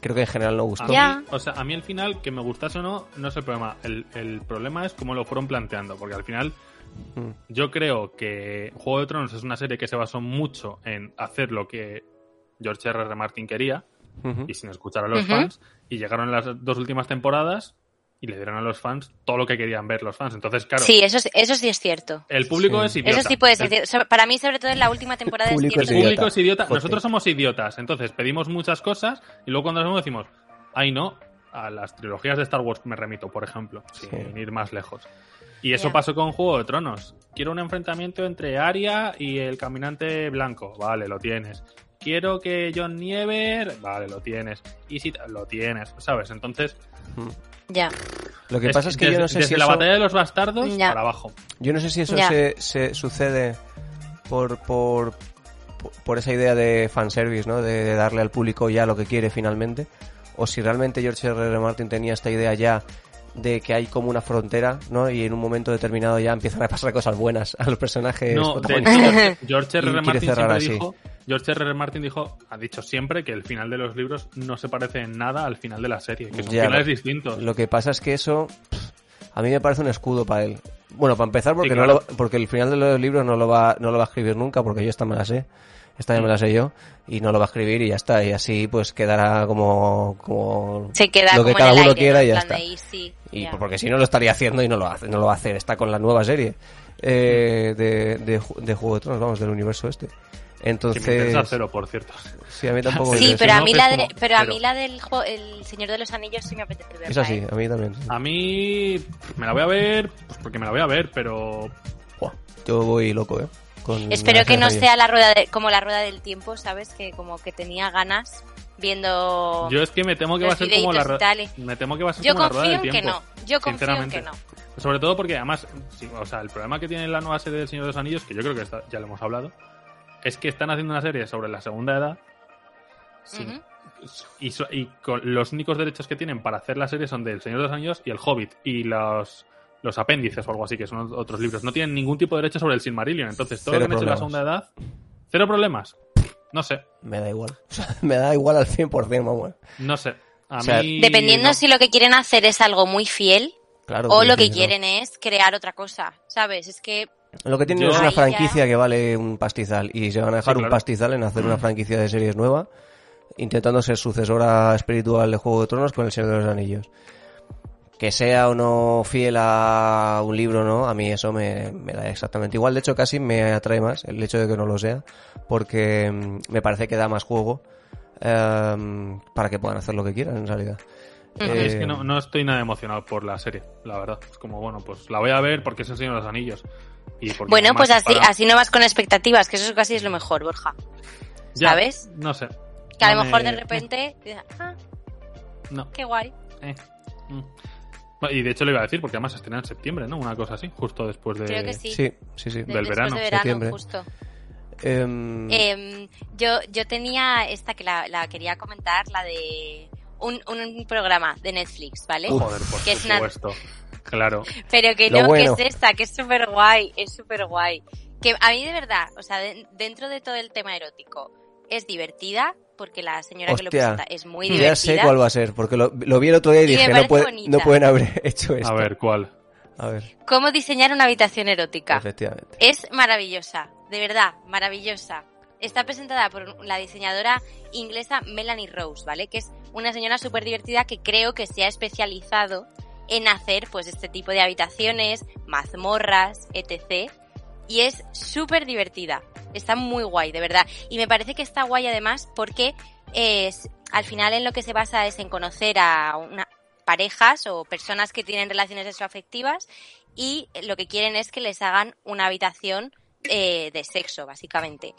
creo que en general no A gustó. mí, Ya. o sea, a mí el final, que me gustase o no, no es el problema. El, el problema es cómo lo fueron planteando, porque al final Mm. yo creo que Juego de Tronos es una serie que se basó mucho en hacer lo que George R. R. Martin quería Ujú. y sin escuchar a los Ujú. fans y llegaron las dos últimas temporadas y le dieron a los fans todo lo que querían ver los fans. Entonces, claro, Sí, eso, es- eso sí es cierto. el público Sí. es idiota. Eso sí puede El- ser. cierto. O sea, para mí, sobre todo en la última temporada, es Público El es cierto. idiota. público es idiota. Joder. Nosotros somos idiotas. Entonces pedimos muchas cosas y luego cuando las vemos decimos, ay no, a las trilogías de Star Wars me remito, por ejemplo, sin ir más lejos. Y eso Ya. pasó con Juego de Tronos. Quiero un enfrentamiento entre Arya y el caminante blanco. Vale, lo tienes. Quiero que John Niever. Vale, lo tienes. Y si lo tienes, ¿sabes? Entonces, Ya. Lo que pasa es que desde, yo no sé desde si la eso... batalla de los bastardos Ya. para abajo. Yo no sé si eso Ya. se, se sucede por, por, por esa idea de fanservice, ¿no? De, de darle al público ya lo que quiere finalmente. O si realmente George R. Martin tenía esta idea ya de que hay como una frontera, ¿no? Y en un momento determinado ya empiezan a pasar cosas buenas a los personajes No, de hecho, protagonistas. George Y R. quiere Martin cerrar siempre así. dijo, George R. Martin dijo, ha dicho siempre que el final de los libros no se parece en nada al final de la serie, que son Ya, finales lo- distintos. Lo que pasa es que eso pff, a mí me parece un escudo para él. Bueno, para empezar porque Sí, claro. no lo- porque el final de los libros no lo va no lo va a escribir nunca porque yo esta me la sé. Esta ya me la sé yo y no lo va a escribir y ya está y así pues quedará como como Se queda lo como que en cada el uno aire, quiera ¿no? y En ya plan está. de ahí sí, Y ya. porque si no lo estaría haciendo y no lo hace, no lo va a hacer, está con la nueva serie eh, de, de, Ju- de Juego de Tronos, vamos, del universo este. Que me interesa Entonces, cero, por cierto. sí, a mí tampoco me Sí, interesa. pero a no, mí es la, como- de- pero a pero- mí la del jo- el Señor de los Anillos sí me apetece verla. Es así, ¿eh? a mí también. sí. A mí pff, me la voy a ver, pues porque me la voy a ver, pero Buah, Yo voy loco, ¿eh? Con Espero las que no series. sea la rueda de- como la rueda del tiempo, ¿sabes? Que como que tenía ganas viendo... yo es que me temo que va a Oh. Los ser como la videitos ru- y tales. me temo que va a ser Yo como la rueda confío del en que tiempo. no. Yo confío en sinceramente. que no. Sobre todo porque además, sí, o sea, el problema que tiene la nueva serie del Señor de los Anillos, que yo creo que está- ya lo hemos hablado, es que están haciendo una serie sobre la segunda edad sin- Ujú. y, so- y con los únicos derechos que tienen para hacer la serie son del Señor de los Anillos y el Hobbit y los, los apéndices o algo así, que son otros libros. No tienen ningún tipo de derecho sobre el Silmarillion. Entonces, todo Cero lo que han hecho en la problemas. segunda edad, cero problemas. No sé, Me da igual. O sea, me da igual al 100%, vamos. no sé. A O sea, mí, Dependiendo no. si lo que quieren hacer es algo muy fiel Claro, o sí, lo sí, que no. quieren es crear otra cosa, ¿sabes? Es que Lo que tienen Yo- es una Ahí ya. franquicia que vale un pastizal. Y se van a dejar Sí, un claro. Mm. pastizal en hacer una franquicia de series nueva, intentando ser sucesora espiritual de Juego de Tronos con El Señor de los Anillos. Que sea o no fiel a un libro, ¿no? A mí eso me, me da exactamente igual. De hecho, casi me atrae más el hecho de que no lo sea, porque mm, me parece que da más juego em, para que puedan hacer lo que quieran, en realidad. Es que Eh, no, no estoy nada emocionado por la serie, la verdad. Es como, bueno, pues la voy a ver porque es el Señor de los Anilos. Y porque Bueno, además pues así, para- así no vas con expectativas, que eso casi es lo mejor, Borja. Ya, ¿sabes? No sé. Que a No lo mejor me- de repente, ah, No. qué guay. eh, mm. Y de hecho le iba a decir, porque además se estrena en septiembre, ¿no? Una cosa así, justo después de... Creo que sí. Sí, sí, sí. Del después verano, de verano, septiembre. justo. Em, Eh, yo, yo tenía esta que la, la quería comentar, la de un, un programa de Netflix, ¿vale? Joder, por Que es una- supuesto. Claro. Pero que Lo no, bueno. que es esta, que es súper guay, es súper guay. Que a mí de verdad, o sea, de- dentro de todo el tema erótico, es divertida, porque la señora Hostia. que lo presenta es muy divertida. ya sé cuál va a ser, porque lo, lo vi el otro día y, Y me dije, no, parece puede- bonita. no pueden haber hecho esto. A ver, ¿cuál? A ver, ¿Cómo diseñar una habitación erótica? efectivamente. Es maravillosa, de verdad, maravillosa. Está presentada por la diseñadora inglesa Melanie Rose, ¿vale? Que es una señora súper divertida que creo que se ha especializado en hacer pues este tipo de habitaciones, mazmorras, etc. Y es súper divertida. Está muy guay, de verdad. Y me parece que está guay además porque es, al final en lo que se basa es en conocer a una, parejas o personas que tienen relaciones sexoafectivas y lo que quieren es que les hagan una habitación eh, de sexo, básicamente.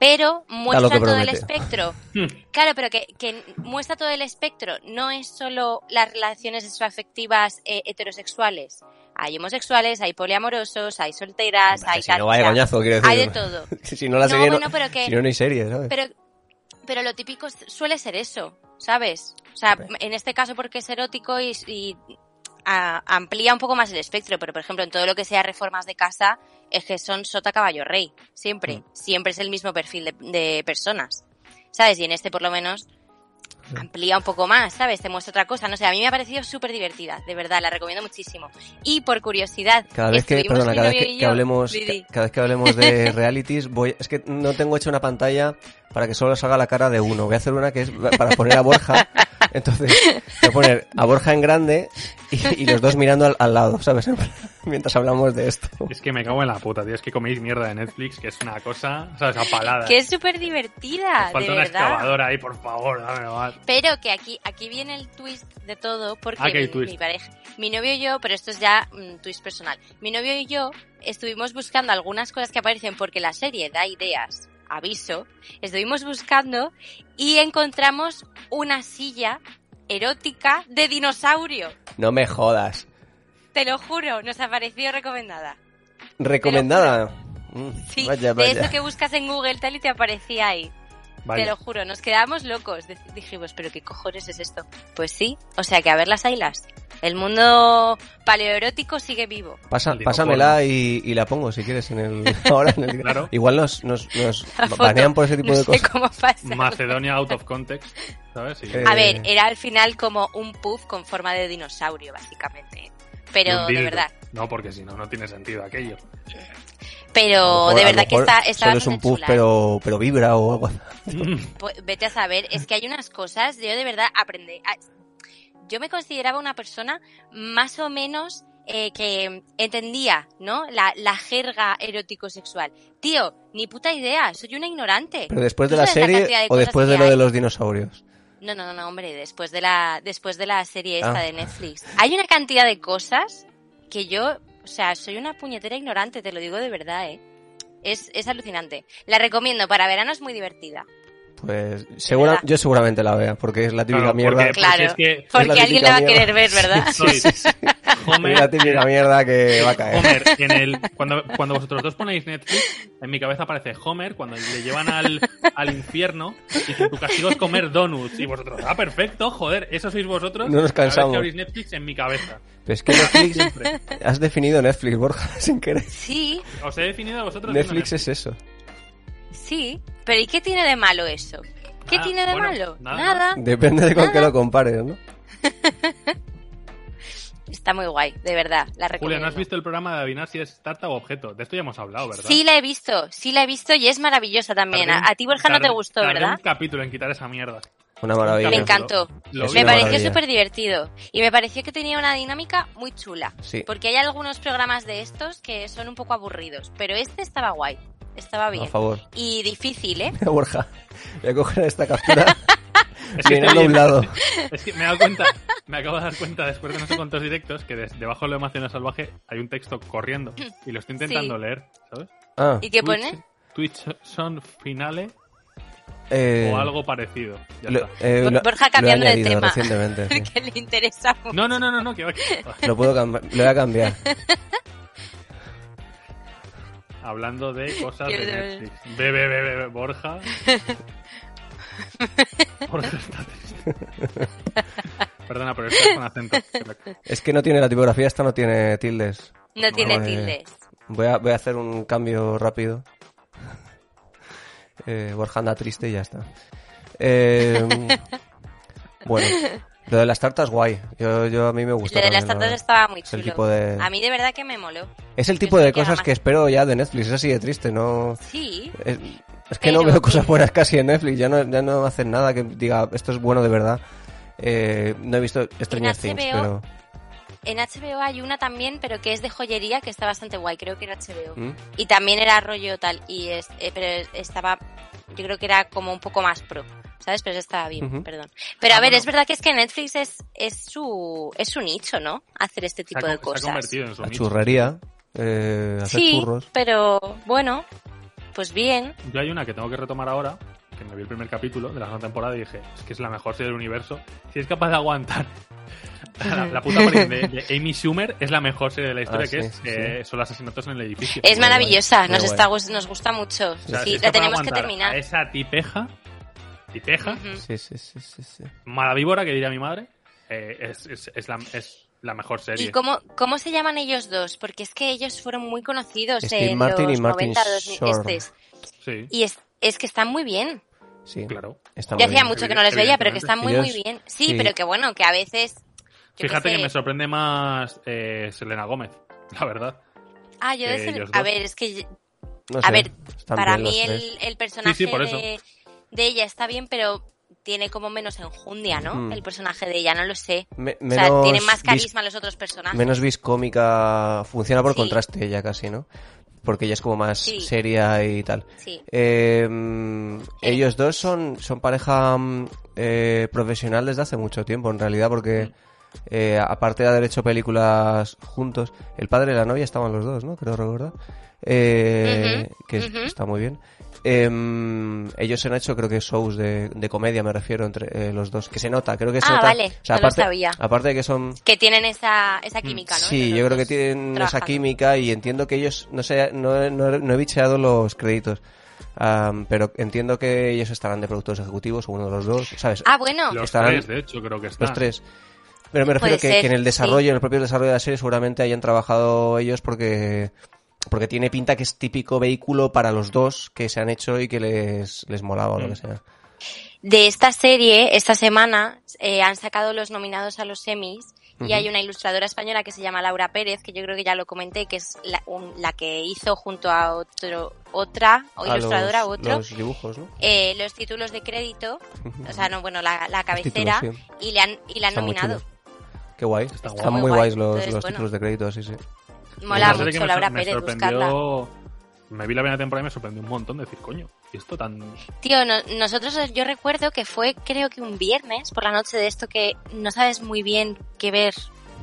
Pero muestran todo el promete. espectro. Hmm. Claro, pero que, que muestra todo el espectro. No es solo las relaciones sexoafectivas eh, heterosexuales. Hay homosexuales, hay poliamorosos, hay solteras, hay si tal. no vaya o sea, coñazo, quiero decir. hay de todo. si no la No, serie, no, bueno, pero que- si no, no hay serie, ¿sabes? Pero, pero lo típico es- suele ser eso, ¿sabes? O sea, Hombre. en este caso porque es erótico y, y, a- amplía un poco más el espectro, pero por ejemplo en todo lo que sea reformas de casa es que son sota caballo rey, siempre, Mm. siempre es el mismo perfil de, de personas, ¿sabes? Y en este por lo menos amplía un poco más, ¿sabes? Te muestra otra cosa, no sé, a mí me ha parecido súper divertida, de verdad, la recomiendo muchísimo. Y por curiosidad, cada vez que, estuvimos perdona, mi cada vez novio que, y que yo- hablemos, Di, di. ca- cada vez que hablemos de realities, voy, es que no tengo hecha una pantalla para que solo salga la cara de uno. Voy a hacer una que es para poner a Borja Entonces, voy a poner a Borja en grande y, y los dos mirando al, al lado, ¿sabes? Mientras hablamos de esto. Es que me cago en la puta, tío. Es que coméis mierda de Netflix, que es una cosa, ¿sabes? Apalada. Que es súper divertida, Falta de una verdad. excavadora ahí, por favor, dámelo. va. Pero que aquí, aquí viene el twist de todo, porque Ah, que hay mi, twist. mi pareja, mi novio y yo, pero esto es ya un twist personal. Mi novio y yo estuvimos buscando algunas cosas que aparecen porque la serie da ideas, aviso. Estuvimos buscando y encontramos una silla erótica de dinosaurio. No me jodas. Te lo juro, nos apareció recomendada. Recomendada. Mm, Sí, vaya, de vaya. eso que buscas en Google tal y te aparecía ahí. Vaya. Te lo juro, nos quedamos locos. Dec- Dijimos, pero ¿qué cojones es esto? Pues sí, o sea que a ver las ailas. El mundo paleoerótico sigue vivo. Pasa- Digo, pásamela y, y la pongo si quieres en el, ahora en el- Claro. Igual nos, nos, nos La foto, banean por ese tipo no de sé cosas. cómo pasa. Macedonia out of context, ¿sabes? Y- Eh, A ver, era al final como un puff con forma de dinosaurio, básicamente. y Pero un de dildo. verdad, No, porque si no, no tiene sentido aquello. A lo pero mejor- de a lo verdad que mejor está, está Solo es un bastante puff, chula, ¿eh? pero, pero vibra o algo. Pues, vete a saber, es que hay unas cosas, yo de verdad aprendí. a- Yo me consideraba una persona más o menos eh, que entendía, ¿no? La, la jerga erótico-sexual. Tío, ni puta idea, soy una ignorante. Pero después de ¿Tú la sabes serie cantidad de o cosas después que de lo hay? de los dinosaurios. No, no, no, no, hombre, después de la, después de la serie esta Ah. de Netflix. Hay una cantidad de cosas que yo, o sea, soy una puñetera ignorante, te lo digo de verdad, ¿eh? Es, es alucinante. La recomiendo, para verano es muy divertida. Pues segura, verdad. yo seguramente la vea, porque es la típica Claro, mierda. porque- pues, Claro, es que- Es la porque alguien la va a típica querer ver, ¿verdad? Soy Es la Homer, típica mierda que va a caer. Homer, en el, cuando, cuando vosotros dos ponéis Netflix, en mi cabeza aparece Homer cuando le llevan al, al infierno y dicen, tu castigo es comer donuts. Y vosotros, ah, perfecto, joder, eso sois vosotros. No nos Cada vez que cansamos. abrís Netflix en mi cabeza. Pero es que Netflix, Siempre. has definido Netflix, Borja, sin querer. Sí, Os he definido a vosotros. viendo Netflix es eso. sí. Pero ¿y qué tiene de malo eso? ¿Qué Ah, tiene de bueno, malo? nada. Nada. Depende de con qué lo compares, ¿no? Está muy guay, de verdad. Julia, La recomiendo. ¿no has visto el programa de adivinar si es tarta o objeto? De esto ya hemos hablado, ¿verdad? Sí, la he visto, sí la he visto y es maravillosa también. Tardé un- A, a ti, Borja, no tardé- te gustó, tardé ¿verdad? un capítulo en quitar esa mierda. Una Un maravilla. Me capítulo. encantó. Lo Es vi. Me una pareció maravilla. súper divertido y me pareció que tenía una dinámica muy chula. Sí. Porque hay algunos programas de estos que son un poco aburridos, pero este estaba guay, estaba bien. A favor. Y difícil, ¿eh? Mira, Borja, voy a coger esta captura Es que mirando a estoy- un lado. Es que me he dado cuenta, me acabo de dar cuenta después de no sé cuántos directos que des- debajo de lo emocional salvaje hay un texto corriendo y lo estoy intentando leer, ¿sabes? Ah, ¿Y qué pone? Twitch son finale eh, o algo parecido. Ya lo- está. eh, Bo- lo- Borja cambiando lo de he añadido tema. recientemente, sí. Porque le interesa mucho. No, no, no, no, no, que va. que va. Lo puedo cam- lo voy a cambiar. Hablando de cosas de Quiero saber. Netflix. Bebe, bebe, bebe, Borja. Borja está triste. Perdona, pero esto es con acento. Es que no tiene la tipografía, esta no tiene tildes. No tiene Vale. tildes. Voy a, voy a hacer un cambio rápido. Eh, Borja anda triste y ya está. Eh, bueno, lo de las tartas, guay. Yo, yo a mí me gusta. Lo de también, las la tartas verdad. estaba muy Es el chulo. tipo de- A mí de verdad que me moló. Es el tipo Yo de sé que cosas además- que espero ya de Netflix. Es así de triste, no. Sí, Es, es que no Pero veo que- cosas buenas casi en Netflix. Ya no, ya no hacen nada que diga esto es bueno de verdad. Eh, no he visto Stranger Things, HBO, pero. en HBO hay una también, pero que es de joyería, que está bastante guay, creo que era HBO. ¿Mm? Y también era rollo tal, y es, eh, pero estaba, yo creo que era como un poco más pro, ¿sabes? Pero eso estaba bien, Ujú. perdón. Pero a Ah, ver, bueno. es verdad que es que Netflix es, es su, es su nicho, ¿no? Hacer este Se ha, tipo de con- se ha cosas. convertido en su La nicho. churrería, eh, hacer Sí, churros. pero bueno, pues bien. Yo hay una que tengo que retomar ahora, que me vi el primer capítulo de la segunda temporada y dije, es que es la mejor serie del universo. Si es capaz de aguantar. La, la puta aparición de, de Amy Schumer es la mejor serie de la historia Ah, sí, que es, sí, eh, son los asesinatos en el edificio. Es Muy maravillosa, guay, muy nos, está, gus- nos gusta mucho. O sea, si sí, es la capaz de tenemos que aguantar Ah, ¿eh? A terminar. esa tipeja, tipeja, Ujú. Sí, sí, sí, sí, sí. malavívora que diría mi madre, eh, es, es- es la, es la mejor serie. ¿Y cómo, cómo se llaman ellos dos? Porque es que ellos fueron muy conocidos Steve en Martin los y Martin 90, 2000, Short. estes. Sí, Y es, es que están muy bien. Sí, claro. está Yo muy hacía bien. mucho que no les veía, pero que Evidentemente. están muy, Ellos- muy bien. Sí, sí. pero que bueno, que a veces... yo qué Fíjate que sé. me sorprende más eh, Selena Gómez, la verdad. Ah, yo que de ser- ellos A dos. ver, es que No A sé, ver, están para bien los mí tres. el, el personaje por eso. de, de ella está bien, pero tiene como menos enjundia, ¿no? El personaje de ella, no lo sé. Me- O sea, Mm. menos tiene más vis- carisma los otros personajes. menos viscómica, funciona por Sí. contraste ella casi, ¿no? Porque ella es como más Sí. seria y tal. Sí. Eh, mm, ellos dos son, son pareja mm, eh, profesional desde hace mucho tiempo, en realidad, porque Mm. eh, aparte de haber hecho películas juntos, el padre y la novia estaban los dos, ¿no? Creo recordar. Eh, Ujú, que es- ujú. está muy bien. Eh, mm, ellos se han hecho, creo que, shows de, de comedia, me refiero, entre eh, los dos. Que se nota, creo que se Ah, nota. vale, no lo aparte, sabía. aparte de que son Que tienen esa, esa química, ¿no? Sí, Entre yo los creo que dos tienen esa trabajando. química y entiendo que ellos, no sé, no, no- no he bicheado los créditos, Am, pero entiendo que ellos estarán de productores ejecutivos, uno de los dos, ¿sabes? Ah, bueno. Los Están- tres, de hecho, creo que están. los tres. Pero me refiero Puede que, ser, que en el desarrollo, sí. en el propio desarrollo de la serie, seguramente hayan trabajado ellos porque porque tiene pinta que es típico vehículo para los dos que se han hecho y que les, les molaba o lo Mm. que sea. De esta serie, esta semana, eh, han sacado los nominados a los semis y Ujú. hay una ilustradora española que se llama Laura Pérez, que yo creo que ya lo comenté, que es la, un- la que hizo junto a otro, otra, o A ilustradora, los, u otro, los dibujos, ¿no? eh, los títulos de crédito, Ujú. o sea, no, bueno, la, la Los títulos, cabecera, sí. y le han, y le han Están muy nominado. chulos. Qué guay. Están Están guay. muy guays los, Entonces, los bueno. títulos de crédito, sí, sí. Mola Una serie que mucho me Laura sor- Pérez, me sorprendió... buscarla. Me vi la primera temporada y me sorprendió un montón decir, coño, ¿y esto tan...? Tío, no- nosotros, yo recuerdo que fue creo que un viernes por la noche de esto que no sabes muy bien qué ver,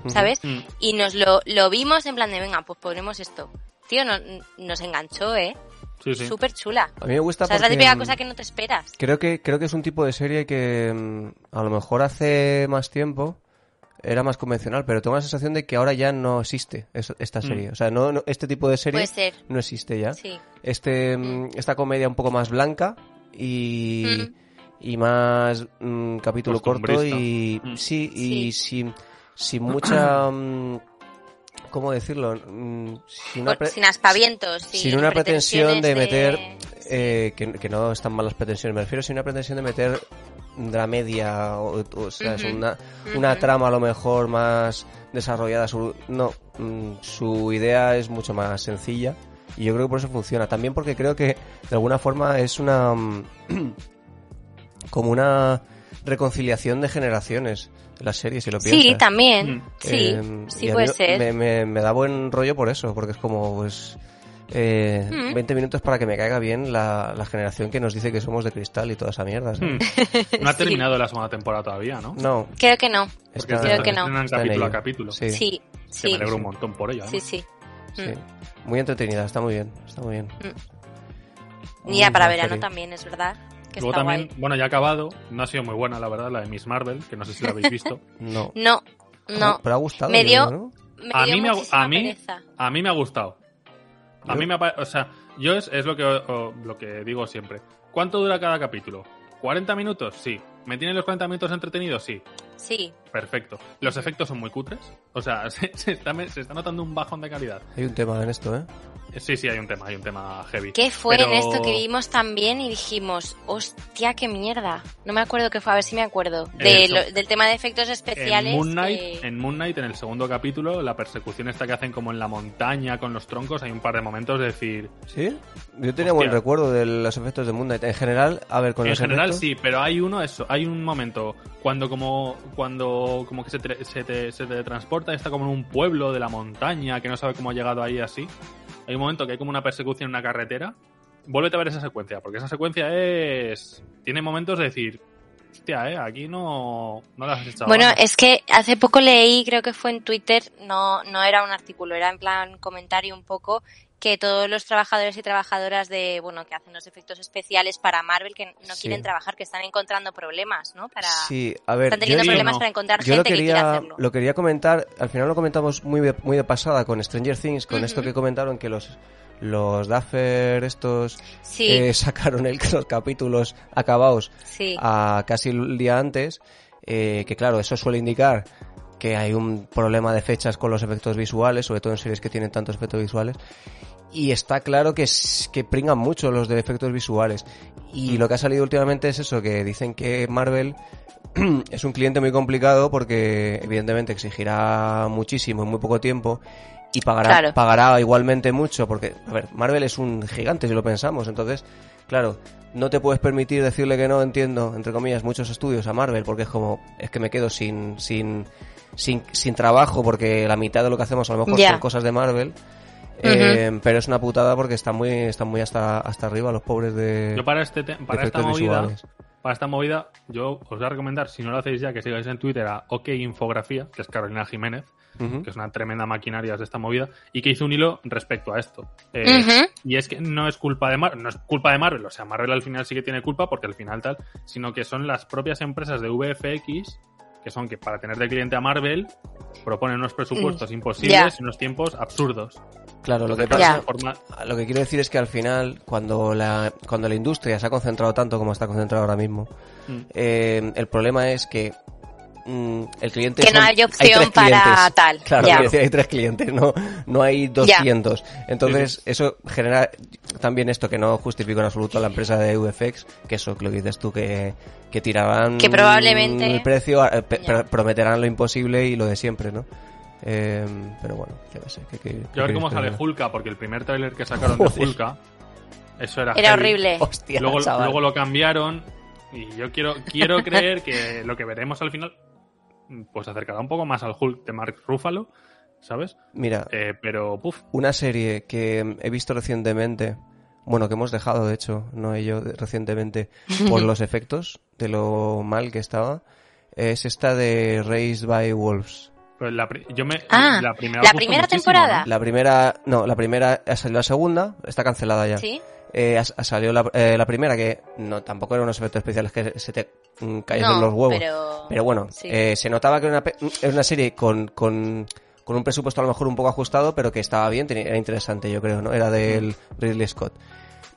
Ujú. ¿sabes? Mm. Y nos lo, lo vimos en plan de, venga, pues ponemos esto. Tío, no- nos enganchó, ¿eh? Sí, sí. Súper chula. A mí me gusta O sea, es la porque, típica mm, cosa que no te esperas. Creo que, creo que es un tipo de serie que mm, a lo mejor hace más tiempo era más convencional, pero tengo la sensación de que ahora ya no existe es- Mm. esta serie. O sea, no, no- este tipo de serie Puede ser. no existe ya. Pues Sí. Este, mm, Esta comedia un poco más blanca y, Mm. y más mm, capítulo corto y Costumbrista. Mm. sí, y sin, sin mucha... mm, ¿Cómo decirlo? Mm, sin Por- apre- sin aspavientos. sin una pretensión de meter Sí. eh, que, que no están malas pretensiones me refiero sin una pretensión de meter dramedia o, o sea es Ujú, una, una ujú. trama a lo mejor más desarrollada su, no mm, su idea es mucho más sencilla y yo creo que por eso funciona también porque creo que de alguna forma es una mm, como una reconciliación de generaciones las series si lo piensas Sí, también. Mm. Sí, eh, y sí a puede mí ser. Me, me- me da buen rollo por eso, porque es como, pues, eh, Mm. 20 minutos para que me caiga bien la, la generación que nos dice que somos de cristal y toda esa mierda. ¿sabes? Mm. No ha Sí. terminado la segunda temporada todavía, ¿no? No, Creo que no. Mm. Porque está- Creo que no. estrenan está en capítulo a ello. capítulo. Sí, sí. Sí, Que me sí. alegro un montón por ello, Sí, además. sí. Mm. Muy entretenida, está muy bien, está muy bien. Muy Mira, Mm. para buena verano serie. también, es verdad. Que Luego está también, guay. bueno, ya ha acabado. No ha sido muy buena, la verdad, la de Miss Marvel, que no sé si la habéis visto. No. No, no. Pero ha gustado. Me yo dio- creo, ¿no? Me a dio mí me ha- muchísima a mí- pereza. A mí me ha gustado. A Yo- mí me ha pa- O sea, yo es, es lo, que, o- lo que digo siempre. ¿Cuánto dura cada capítulo? ¿40 minutos? Sí. ¿Me tienen los 40 minutos entretenidos? Sí. Sí, Perfecto. Los efectos son muy cutres. O sea, se, se está, se está notando un bajón de calidad. Hay un tema en esto, ¿eh? Sí, sí, hay un tema, hay un tema heavy. ¿Qué fue Pero- en esto que vimos también y dijimos, hostia, qué mierda? No me acuerdo qué fue, a ver si me acuerdo. De Eso. lo- del tema de efectos especiales. En Moon, Knight, eh, en Moon Knight, en el segundo capítulo, la persecución esta que hacen como en la montaña con los troncos, hay un par de momentos de decir... ¿Sí? Yo tenía buen Hostia. recuerdo de los efectos de Moon Knight. En general, a ver, con en los general efectos- sí, pero hay uno eso, hay un momento cuando como cuando como que se te, se te- se te transporta y está como en un pueblo de la montaña que no sabe cómo ha llegado ahí así. Hay un momento que hay como una persecución en una carretera. Vuélvete a ver esa secuencia, porque esa secuencia es tiene momentos de decir, hostia, eh, aquí no no las has echado. Bueno, ganas". es que hace poco leí, creo que fue en Twitter, no, no era un artículo, era en plan comentario un poco, que todos los trabajadores y trabajadoras de, bueno, que hacen los efectos especiales para Marvel, que no Sí. quieren trabajar, que están encontrando problemas, ¿no? Para, Sí, a ver, yo- están teniendo sí o problemas no. para encontrar Yo gente lo que quiera quería, hacerlo. lo quería comentar, al final lo comentamos muy de, muy de pasada con Stranger Things, con Ujú. esto que comentaron que los, los Duffer estos Sí, eh, sacaron el, los capítulos acabados sí. a casi el día antes, eh, que claro, eso suele indicar que hay un problema de fechas con los efectos visuales, sobre todo en series que tienen tantos efectos visuales. Y está claro que, es- que pringan mucho los de efectos visuales. Y Mm. lo que ha salido últimamente es eso, que dicen que Marvel es un cliente muy complicado porque evidentemente exigirá muchísimo en muy poco tiempo y pagará, Claro. pagará igualmente mucho, porque, a ver, Marvel es un gigante si lo pensamos, entonces, claro, no te puedes permitir decirle que no, entiendo, entre comillas, muchos estudios a Marvel, porque es como, es que me quedo sin, sin, sin, sin trabajo, porque la mitad de lo que hacemos a lo mejor Ya. son cosas de Marvel. eh, pero es una putada porque están muy, están muy hasta, hasta arriba los pobres de Yo para, este te- para esta efectos movida, visuales. para esta movida, yo os voy a recomendar, si no lo hacéis ya, que sigáis en Twitter a OK Infografía, que es Carolina Jiménez, Ujú. que es una tremenda maquinaria de esta movida, y que hizo un hilo respecto a esto. Eh, Ujú. Y es que no es culpa de Marvel, no es culpa de Marvel, o sea, Marvel al final sí que tiene culpa porque al final tal, sino que son las propias empresas de VFX que son que para tener de cliente a Marvel proponen unos presupuestos imposibles Ya. y unos tiempos absurdos. Claro, lo que Entonces, pasa, Ya. de forma- Lo que quiero decir es que al final, cuando la, cuando la industria se ha concentrado tanto como está concentrada ahora mismo, Mm. eh, el problema es que mm, el cliente... Que no son- hay opción tres para clientes. tal, Claro, ya. quiero decir, hay tres clientes, no, no hay 200. Entonces, eso genera también esto que no justifico en absoluto a la empresa de VFX, que eso que lo que dices tú, que, que tirarán Que probablemente- el precio, eh, pe- Ya. pero prometerán lo imposible y lo de siempre, ¿no? Eh, pero bueno, yo qué sé. ¿qué- qué- qué Yo a ver queréis cómo que sale diga? Hulka, porque el primer tráiler que sacaron Joder. de Hulka, eso era... Era heavy. horrible. Hostia, Luego, chaval. luego lo cambiaron y yo quiero, quiero creer que lo que veremos al final pues acercará un poco más al Hulk de Mark Ruffalo, ¿sabes? Mira, Eh, pero, puf, una serie que mm, he visto recientemente, bueno, que hemos dejado, de hecho, no he yo, de- recientemente, por los efectos de lo mal que estaba, es esta de Raised by Wolves. Pues la pri- yo me, Ah, la primera, ¿la gustó primera muchísimo, temporada? La primera, no, la primera ha salido la segunda, está cancelada ya. ¿Sí? Eh, ha, ha salido la, eh, la primera, que no tampoco eran unos efectos especiales que se te mm, caían No, de los huevos. pero... Pero bueno, Sí. eh, se notaba que era una, pe- era una serie con, con, con un presupuesto a lo mejor un poco ajustado, pero que estaba bien, tenía- era interesante, yo creo, ¿no? Era Mm. del Ridley Scott.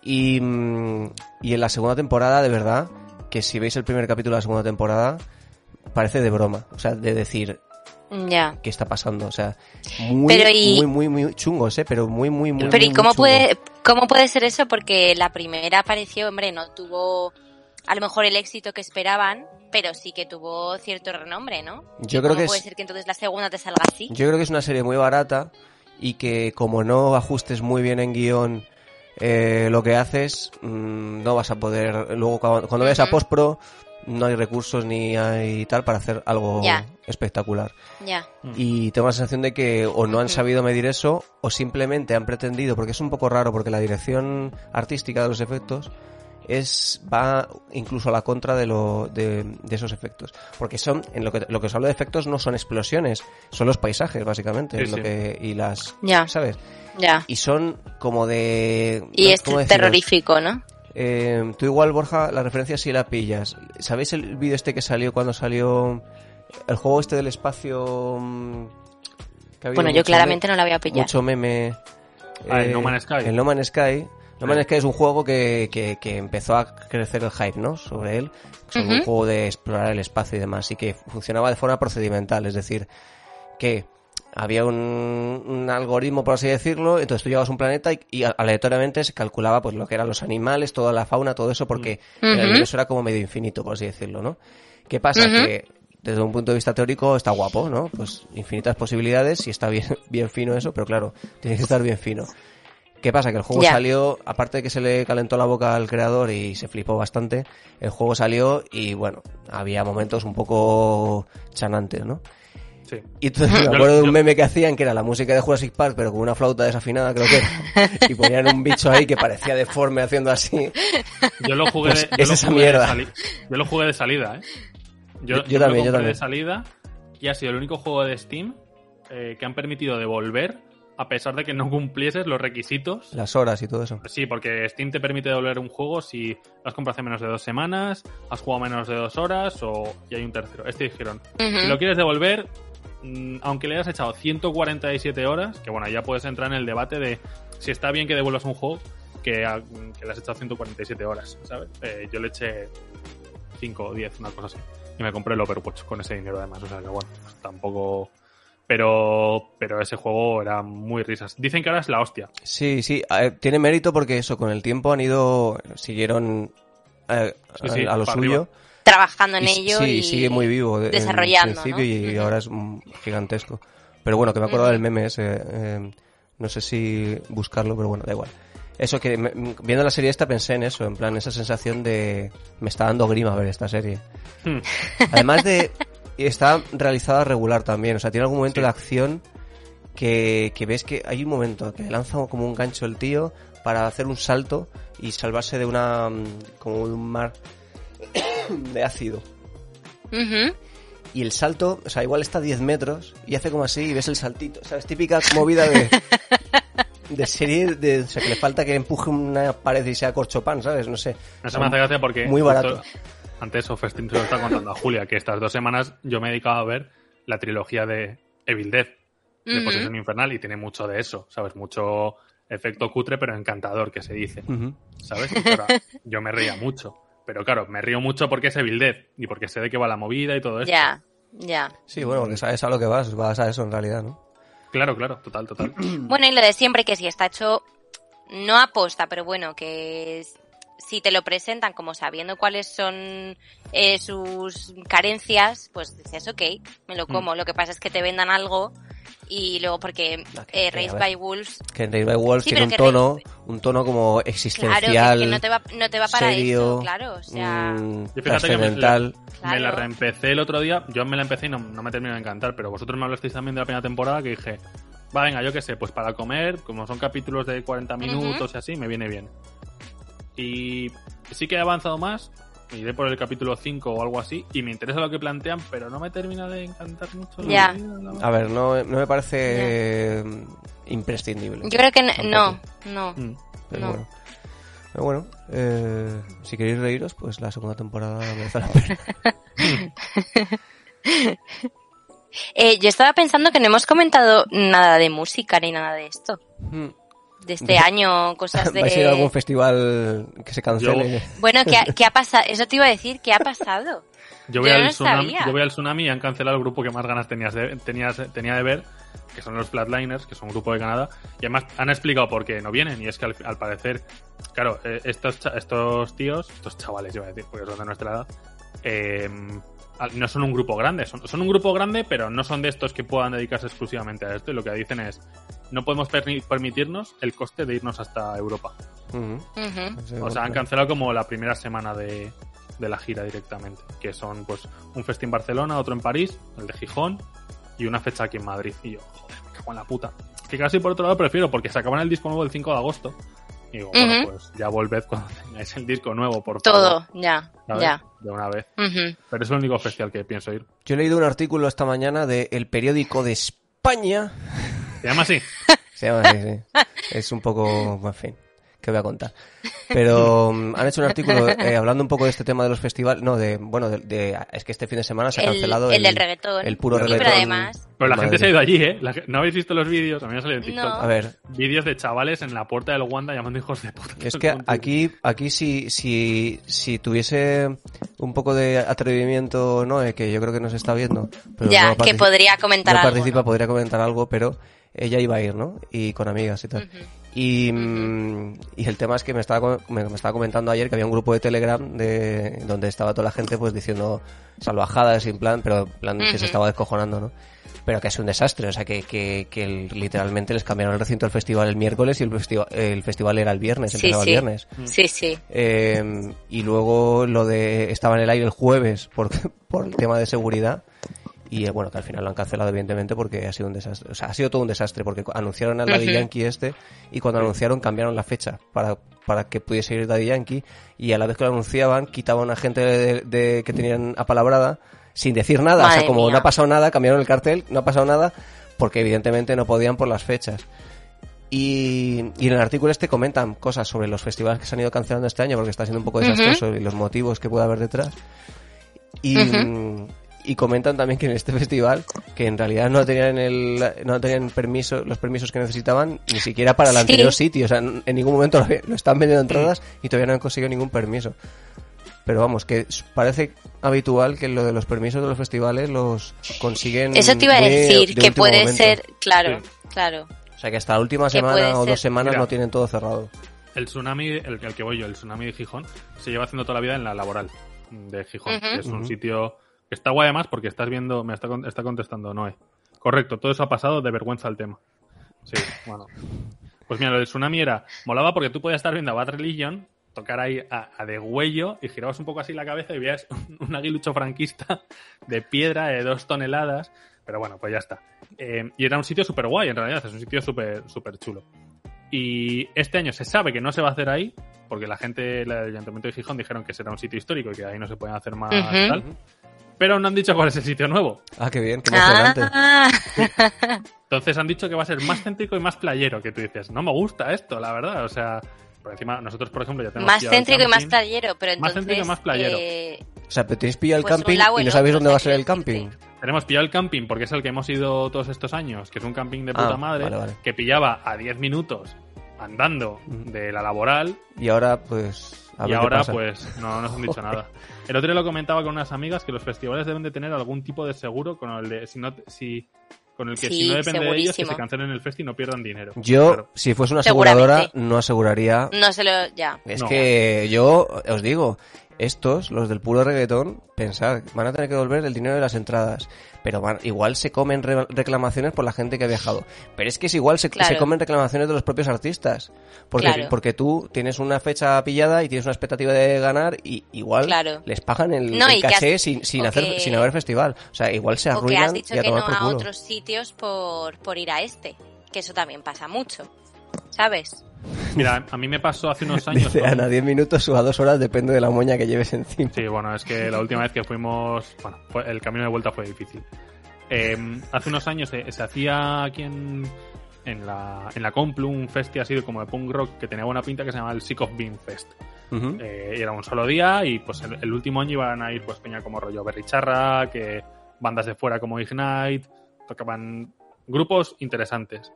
Y, mm, y en la segunda temporada, de verdad, que si veis el primer capítulo de la segunda temporada, parece de broma. O sea, de decir, Ya. ¿qué está pasando? O sea, muy, Pero y- muy, muy, muy chungos, ¿eh? Pero muy, muy, muy. Pero muy, ¿y muy cómo chungos. puede, cómo puede ser eso? Porque la primera apareció, hombre, no tuvo a lo mejor el éxito que esperaban, pero sí que tuvo cierto renombre, ¿no? Yo creo ¿Y cómo que puede es- ser que entonces la segunda te salga así? Yo creo que es una serie muy barata y que como no ajustes muy bien en guión eh, lo que haces, mm, no vas a poder... Luego cuando, cuando vayas a Ujú. postpro no hay recursos ni hay tal para hacer algo Ya. espectacular. Ya. Y tengo la sensación de que o no han Ujú. sabido medir eso o simplemente han pretendido, porque es un poco raro porque la dirección artística de los efectos es va incluso a la contra de, lo, de, de esos efectos. Porque son, en lo que, lo que os hablo de efectos no son explosiones, son los paisajes básicamente. Sí, es lo sí. que, y las... Ya. ¿Sabes? Ya. Y son como de... Y es ¿cómo deciros? terrorífico, ¿no? Eh, tú igual, Borja, la referencia sí la pillas. ¿Sabéis el vídeo este que salió cuando salió el juego este del espacio? mm, que ha habido Bueno, mucho yo claramente no la voy a me- pillar. Mucho meme. eh, Ah, el No Man's Sky. El No Man's Sky. No Man's Sí. Sky es un juego que, que, que empezó a crecer el hype, ¿no? Sobre él. Sobre un Ujú. juego de explorar el espacio y demás. Y que funcionaba de forma procedimental. Es decir, que había un, un algoritmo, por así decirlo, entonces tú llevabas un planeta y, y a- aleatoriamente se calculaba pues lo que eran los animales, toda la fauna, todo eso, porque el Ujú. universo era como medio infinito, por así decirlo, ¿no? ¿Qué pasa? Ujú. Que desde un punto de vista teórico está guapo, ¿no? Pues infinitas posibilidades y está bien, bien fino eso, pero claro, tiene que estar bien fino. ¿Qué pasa? Que el juego Ya. salió, aparte de que se le calentó la boca al creador y se flipó bastante, el juego salió y bueno, había momentos un poco chanantes, ¿no? Sí. Y entonces me Yo- acuerdo de un yo- meme que hacían que era la música de Jurassic Park, pero con una flauta desafinada, creo que era. Y ponían un bicho ahí que parecía deforme haciendo así. Yo lo jugué, Pues de- yo es lo esa jugué mierda. De sali- yo lo jugué de salida, ¿eh? Yo, Yo- yo yo lo también, yo compré también. de salida y ha sido el único juego de Steam eh, que han permitido devolver a pesar de que no cumplieses los requisitos. Las horas y todo eso. Sí, porque Steam te permite devolver un juego si lo has comprado hace menos de dos semanas, has jugado menos de dos horas o y hay un tercero. Este dijeron, Ujú. Si lo quieres devolver, mm, aunque le hayas echado 147 horas, que bueno, ya puedes entrar en el debate de si está bien que devuelvas un juego que, ha- que le has echado 147 horas, ¿sabes? Eh, yo le eché 5 o 10, una cosa así. Y me compré el Overwatch con ese dinero además, o sea que bueno, pues tampoco... Pero, pero ese juego era muy risas. Dicen que ahora es la hostia. Sí, sí, eh, tiene mérito porque eso, con el tiempo han ido, siguieron eh, Sí, sí, a, a lo para suyo. arriba. Trabajando en Y s- ello sí, y... sigue muy vivo de- en desarrollando, principio ¿no? y Ujú. ahora es mm, gigantesco. Pero bueno, que me he acordado del meme ese. eh, no sé si buscarlo, pero bueno, da igual. Eso que me- m- viendo la serie esta pensé en eso, en plan esa sensación de me está dando grima ver esta serie. Hmm. Además de y está realizada regular también, o sea, tiene algún momento de acción que, que ves que hay un momento que lanza como un gancho el tío para hacer un salto y salvarse de una mm, como de un mar de ácido. Ujú. Y el salto, o sea, igual está a 10 metros y hace como así y ves el saltito. O sea, es típica movida de, de serie, de, o sea, que le falta que empuje una pared y sea corchopán, ¿sabes? No sé. No se me hace gracia porque. Muy barato. justo Antes Ofestin se lo está contando a Julia, que estas dos semanas yo me he dedicado a ver la trilogía de Evil Dead, de Ujú. Posesión Infernal, y tiene mucho de eso, ¿sabes? Mucho efecto cutre, pero encantador, que se dice, Ujú. ¿sabes? Y claro, yo me reía mucho. Pero claro, me río mucho porque es Evil Dead y porque sé de qué va la movida y todo eso. Ya, ya. Sí, bueno, porque sabes a lo que vas, vas a eso en realidad, ¿no? Claro, claro, total, total. Bueno, y lo de siempre que sí, está hecho no aposta, pero bueno, que es- si te lo presentan como sabiendo cuáles son eh, sus carencias, pues dices, ok, me Mm. lo como. Lo que pasa es que te vendan algo y luego porque Ah, que- que, eh, a Raised ver. by Wolves, Que Raid by Wolves Sí, tiene un pero que Raid- tono, un tono como claro, existencial, que, es que no, te va, no te va para serio, eso, claro. O sea, mm, Yo fíjate que me- trascendental. Me la Claro. reempecé el otro día. Yo me la empecé y no, no me terminó de encantar, pero vosotros me hablasteis también de la primera temporada que dije, va, venga, yo qué sé, pues para comer, como son capítulos de 40 minutos y así, me viene bien. Y sí que he avanzado más, me iré por el capítulo 5 o algo así, y me interesa lo que plantean, pero no me termina de encantar mucho. la Ya. vida, la A verdad. ver, no, no me parece eh, imprescindible. yo creo que n- no, Tampoco. no. Mm. Pero No. bueno. Pero bueno, eh, si queréis reíros, pues la segunda temporada merece la pena. Eh, yo estaba pensando que no hemos comentado nada de música ni nada de esto. Mm. De este De- año, cosas de... ¿Vais a ir a algún festival que se cancele? Bueno, ¿qué ha, qué ha pasado? Eso te iba a decir, ¿qué ha pasado? Yo voy, Yo al no lo tsunami, sabía. yo voy al Tsunami y han cancelado el grupo que más ganas tenías de- tenías, tenía de ver, que son los Flatliners, que son un grupo de Canadá. Y además han explicado por qué no vienen. Y es que al, al parecer, claro, eh, estos, cha- estos tíos, estos chavales, yo voy a decir, porque son de nuestra edad, eh, al- no son un grupo grande. Son, son un grupo grande, pero no son de estos que puedan dedicarse exclusivamente a esto. Y lo que dicen es, no podemos perni- permitirnos el coste de irnos hasta Europa. Mm. Ujú. Sí, O bueno, sea, han claro. cancelado como la primera semana de, de la gira directamente. Que son, pues, un festín en Barcelona, otro en París, el de Gijón y una fecha aquí en Madrid. Y yo, joder, me cago en la puta. Que casi por otro lado prefiero, porque sacaban el disco nuevo el 5 de agosto. Y digo, bueno, Ujú. pues ya volved cuando tengáis el disco nuevo, por favor. Todo, ya, ¿sabes? ya. De una vez. Ujú. Pero es el único festival que pienso ir. Yo he leído un artículo esta mañana de El Periódico de España. Se llama así. Se llama así, sí. Es un poco, en fin, que voy a contar. Pero mm, han hecho un artículo eh, hablando un poco de este tema de los festivales. No, de, bueno, de, de- es que este fin de semana se ha El, cancelado el, el del reggaetón. el puro Sí, reggaetón. Pero además, Pero la Madre. gente se ha ido allí, ¿eh? La ge- ¿No habéis visto los vídeos? A mí me ha salido en TikTok. No. A ver, Vídeos de chavales en la puerta del Wanda llamando hijos de puta. es que aquí, aquí si, si, si tuviese un poco de atrevimiento, no, eh, que yo creo que nos está viendo. Pero ya, no que partici- podría comentar no algo. participa, ¿no? podría comentar algo, pero ella iba a ir, ¿no? Y con amigas y tal. Ujú. Y, mm, y el tema es que me estaba, co- me, me estaba comentando ayer que había un grupo de Telegram de, donde estaba toda la gente pues diciendo salvajadas sin plan, pero en plan que se Ujú. estaba descojonando, ¿no? Pero que es un desastre, o sea, que, que, que el- literalmente les cambiaron el recinto del festival el miércoles y el, festival el festival era el viernes, Sí, empezaba sí. el viernes. Mm. Sí, sí. Eh, y luego lo de estaba en el aire el jueves por, por el tema de seguridad. Y eh, bueno, que al final lo han cancelado, evidentemente, porque ha sido un desastre. O sea, ha sido todo un desastre, porque cu- anunciaron al Daddy Ujú. Yankee este, y cuando anunciaron cambiaron la fecha para, para que pudiese ir Daddy Yankee, y a la vez que lo anunciaban, quitaban a gente de, de- que tenían apalabrada sin decir nada. o sea, Madre como mía. no ha pasado nada, cambiaron el cartel, no ha pasado nada, porque evidentemente no podían por las fechas. Y, y en el artículo este comentan cosas sobre los festivales que se han ido cancelando este año porque está siendo un poco Ujú. desastroso y los motivos que puede haber detrás. Y, Ujú. y comentan también que en este festival que en realidad no tenían el no tenían permiso los permisos que necesitaban ni siquiera para el Sí. anterior sitio, o sea, en en ningún momento lo, había- lo están vendiendo entradas y todavía no han conseguido ningún permiso. Pero vamos, que s- parece habitual que lo de los permisos de los festivales los consiguen Eso te iba a muy eh, decir, Mm, de que último puede momento. ser, claro, Sí. claro. O sea, que hasta la última Que puede semana o ser. dos semanas Mira. no tienen todo cerrado. El tsunami, el, el que voy yo, el tsunami de Gijón, se lleva haciendo toda la vida en la laboral de Gijón. Ujú. que es un Ujú. sitio que está guay además porque estás viendo, me está, con- está contestando Noé. Correcto, todo eso ha pasado de vergüenza al tema. Sí, bueno. Pues mira, lo del tsunami era. Molaba porque tú podías estar viendo a Bad Religion, tocar ahí a, a de huello y girabas un poco así la cabeza y veías un, un aguilucho franquista de piedra de dos toneladas. Pero bueno, pues ya está. Eh, y era un sitio súper guay, en realidad, es un sitio súper súper chulo. Y este año se sabe que no se va a hacer ahí, porque la gente la del Ayuntamiento de Gijón dijeron que será un sitio histórico y que ahí no se pueden hacer más Ujú. tal. Pero no han dicho cuál es el sitio nuevo. Ah, qué bien, qué emocionante. Ah, Entonces han dicho que va a ser más céntrico y más playero, que tú dices, no me gusta esto, la verdad. O sea, por encima, nosotros, por ejemplo, ya tenemos... más que ir al céntrico y más camping. playero, pero entonces. Más céntrico y más playero. eh, O sea, pero tenéis pillado el Pues un camping lado y el no sabéis otro, dónde va a o sea, ser el quiero camping. decirte. Tenemos pillado el camping, porque es el que hemos ido todos estos años, que es un camping de Ah, puta madre, vale, vale. que pillaba a 10 minutos andando Ujú. de la laboral Y ahora, pues. A ver y qué ahora pasa. pues no nos han dicho nada. El otro día lo comentaba con unas amigas que los festivales deben de tener algún tipo de seguro con el de si no si con el que si Sí, no depende de ellos que segurísimo. se cancelen el festi y no pierdan dinero. Yo, Claro. si fuese una aseguradora, Seguramente. no aseguraría. No se lo. Ya. Es No. que yo os digo, estos, los del puro reggaetón, pensad, van a tener que devolver el dinero de las entradas. Pero van- igual se comen re- reclamaciones por la gente que ha viajado. Pero es que es igual se, Claro. se comen reclamaciones de los propios artistas. Porque, Claro. porque tú tienes una fecha pillada y tienes una expectativa de ganar y igual Claro. les pagan el, No, el y que has- caché sin, sin o hacer, que- sin haber festival. O sea, igual se O que has arruinan dicho y a que no tomar por a culo. otros sitios por, por ir a este. Que eso también pasa mucho. ¿Sabes? Mira, a mí me pasó hace unos años Dice con- Ana, 10 minutos o a 2 horas depende de la moña que lleves encima. Sí, bueno, es que la última vez que fuimos, bueno, fue- el camino de vuelta fue difícil. Eh, hace unos años se, se hacía aquí en, en la, en la Complu un festi así de como de punk rock que tenía buena pinta que se llamaba el Sick of Being Fest. Ujú. Eh, y era un solo día y pues el, el último año iban a ir pues peña como rollo Berricharra, que bandas de fuera como Ignite, tocaban grupos interesantes.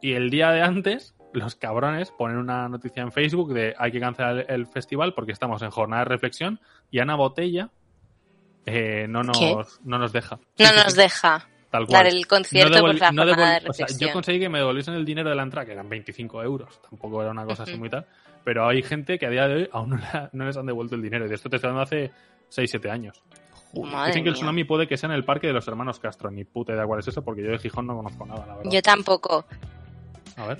Y el día de antes, los cabrones ponen una noticia en Facebook de hay que cancelar el festival porque estamos en jornada de reflexión y Ana Botella eh, no, ¿Qué? nos, no nos deja. No nos deja Tal cual. dar el concierto No por devol- la no jornada de devol- o sea, reflexión. yo conseguí que me devolviesen el dinero de la entrada, que eran 25 euros. Tampoco era una cosa así Ujú. muy tal. Pero hay gente que a día de hoy aún no, la- no les han devuelto el dinero. Y de esto te estoy hablando hace 6-7 años. Madre Dicen que el mía. tsunami puede que sea en el parque de los hermanos Castro. Ni puta idea cuál es eso, porque yo de Gijón no conozco nada, la verdad. Yo tampoco. A ver.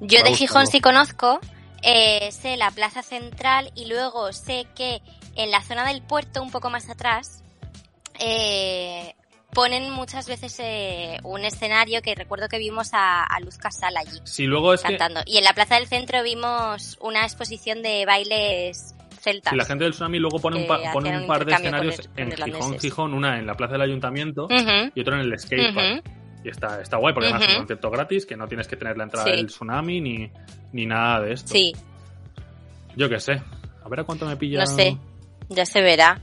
Yo Me de gusta, Gijón ¿no? sí conozco, eh, sé la plaza central y luego sé que en la zona del puerto, un poco más atrás, eh, ponen muchas veces eh, un escenario que recuerdo que vimos a, a Luz Casal allí Si luego es que cantando. Y en la plaza del centro vimos una exposición de bailes celtas. si la gente del tsunami luego pone un, pa- que pone hacían un un par de intercambio con escenarios ir- con en Gijón, irlandeses. Gijón, una en la plaza del ayuntamiento Ujú, y otra en el skatepark. ujú. Y está, está guay, porque además es un Ujú. concepto gratis, que no tienes que tener la entrada Sí. del tsunami ni, ni nada de esto. Sí, Yo qué sé. A ver a cuánto me pilla. no sé, ya se verá.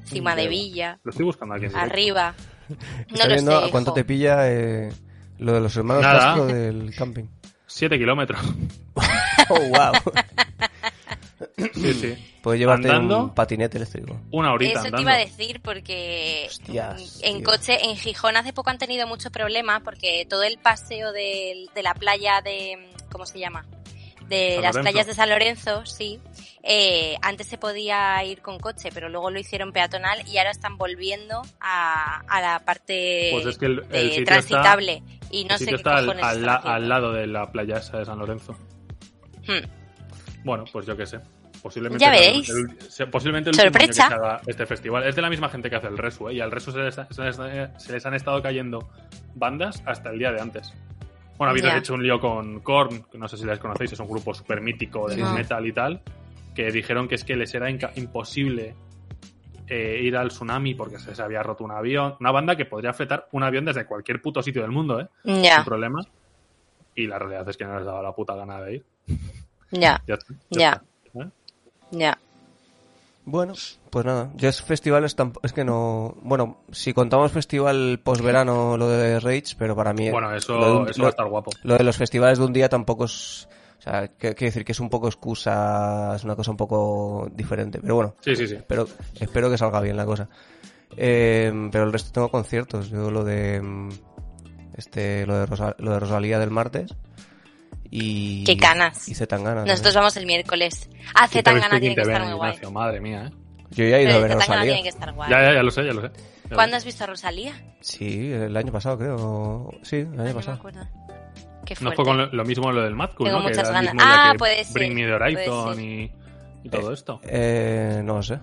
Encima de Pero- Villa, Lo estoy buscando aquí. en directo. arriba. No Está lo viendo sé. a cuánto hijo. te pilla eh, lo de los hermanos Nada. Castro del camping. Siete kilómetros. Oh, wow. Sí, sí. Puedes llevarte Andando. Pues un patinete eléctrico. Una horita Eso andando. te iba a decir porque Hostias, en tío. coche, en Gijón hace poco han tenido mucho problema porque todo el paseo del- de, la playa de, ¿cómo se llama? De San las Lorenzo. playas de San Lorenzo, sí. Eh, antes se podía ir con coche, pero luego lo hicieron peatonal y ahora están volviendo a, a la parte Pues es que el, el de sitio transitable y está, no el sé sitio qué está al, cojones al están la- haciendo. al lado de la playa esa de San Lorenzo. Hmm. Bueno, pues yo qué sé. Posiblemente, Ya sea veréis. el ulti- sea- posiblemente el último año que se Sorpresa. haga este festival. Es de la misma gente que hace el Resu, ¿eh? Y al Resu se les, se les- se les han estado cayendo bandas hasta el día de antes. Bueno, habéis Ya. hecho un lío con Korn, que no sé si les conocéis, es un grupo súper mítico de No. metal y tal, que dijeron que es que les era inca- imposible eh, ir al tsunami porque se les había roto un avión. Una banda que podría fletar un avión desde cualquier puto sitio del mundo, ¿eh? Ya, Sin problema. Y la realidad es que no les daba la puta gana de ir. ya, Ya está, Ya. está, ¿eh? ya. Bueno, pues nada. Yo es festivales tampoco. Es que no. Bueno, si contamos festival postverano, lo de Rage, pero para mí. Bueno, eso, lo de un- eso lo- va a estar guapo. Lo de los festivales de un día tampoco es. O sea, que- quiero decir que es un poco excusa, es una cosa un poco diferente. Pero bueno, Sí, sí, sí. Pero espero que salga bien la cosa. Eh, pero el resto tengo conciertos. Yo lo de mm, este, lo de, Rosa- lo de Rosalía del martes y Qué canas. Y Zetangana. también. Nosotros vamos el miércoles. Ah, Quinta vez Zetangana que tiene te que estar este ven, muy guay. Ignacio, Madre mía, ¿eh? Yo ya he ido a ver Zetangana Rosalía. tiene que estar guay. Ya, ya, ya lo sé, ya lo sé. ¿Cuándo has visto a Rosalía? Sí, el año pasado creo. Sí, el Ay, año no me pasado. acuerdo. Qué No fuerte. fue con lo, lo mismo lo del Mad Cool, Tengo ¿no? Que muchas era el ganas. mismo día Ah, que puede ser, Bring Me the Horizon puede ser. y, y todo esto. Eh, no lo sé.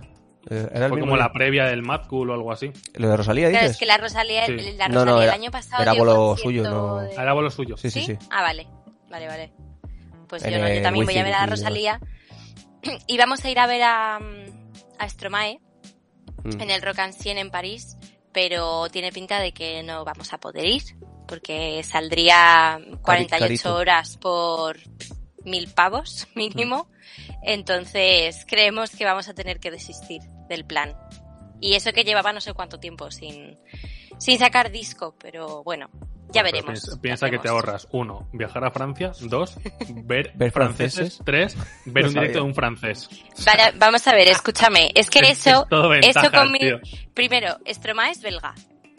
Eh, era el mismo Fue como día- la previa del Mad Cool o algo así. ¿Lo de Rosalía Claro, dices? es que la Rosalía, Sí. la No, no, Rosalía era- el año pasado. era dio bolo concierto suyo, no- de- Ahora lo suyo. Sí, sí, sí. Ah, vale. Vale, vale. Pues En yo, no, yo el también voy a wifi ver a y demás. Rosalía. Y vamos a ir a ver a, mm, a Stromae Mm. en el Rock and Sien en París, pero tiene pinta de que no vamos a poder ir, porque saldría 48 carito. horas por mil pavos mínimo. Mm. Entonces creemos que vamos a tener que desistir del plan. Y eso que llevaba no sé cuánto tiempo sin, sin sacar disco, pero bueno, ya Pero veremos. Pues Piensa, qué piensa que te hacemos. ahorras, uno, viajar a Francia, dos, ver, Ver franceses, franceses. tres, ver Lo un directo sabía. de un francés. Vale, vamos a ver, escúchame. Es que Es- eso, es todo ventajas, eso con mi- tío. Primero, Stromae es belga.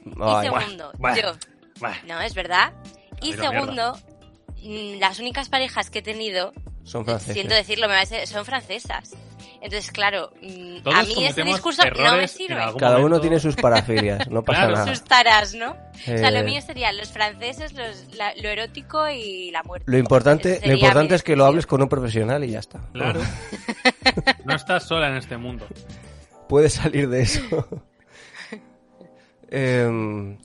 y Ay, bueno. segundo, bueno, yo. Bah, No, es verdad. Y Pero mierda. segundo, mm, las únicas parejas que he tenido, son franceses. siento decirlo, me va a ser- son francesas. Entonces, claro, mm, todos a mí ese cometemos discurso no me errores en sirve. algún Cada uno momento. tiene sus parafilias, no pasa Claro. nada. Sus taras, ¿no? O sea, Eh, lo mío serían los franceses, los- la- lo erótico y la muerte. lo importante, Sería lo mi importante es que lo definición. hables con un profesional y ya está. Claro. No estás sola en este mundo. puedes salir de eso. Em,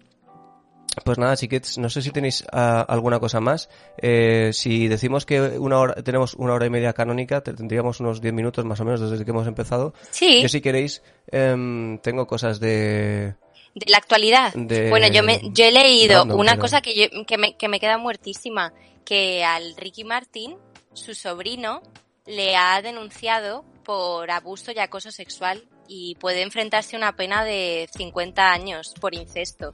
pues nada, chiquets, no sé si tenéis ah, alguna cosa más. Eh, si decimos que una hora, tenemos una hora y media canónica, te- tendríamos unos 10 minutos más o menos desde que hemos empezado. Sí, Yo, si queréis, em, tengo cosas de. de la actualidad. de- Bueno, yo, me, yo he leído random, una pero- cosa que, yo- que, me, que me queda muertísima, que al Ricky Martin, su sobrino, le ha denunciado por abuso y acoso sexual y puede enfrentarse a una pena de 50 años por incesto.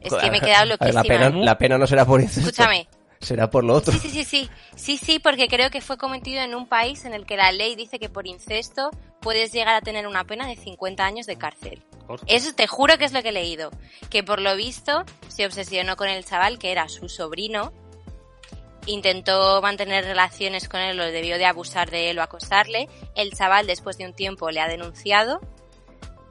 Es que me he quedado A ver, la, pena, loquísima. ¿eh? la pena no será por incesto, Escúchame, será por lo otro. Sí, sí, sí, sí, sí, sí, porque creo que fue cometido en un país en el que la ley dice que por incesto puedes llegar a tener una pena de 50 años de cárcel. Hostia. Eso te juro que es lo que he leído, que por lo visto se obsesionó con el chaval que era su sobrino, intentó mantener relaciones con él o debió de abusar de él o acosarle, el chaval después de un tiempo le ha denunciado.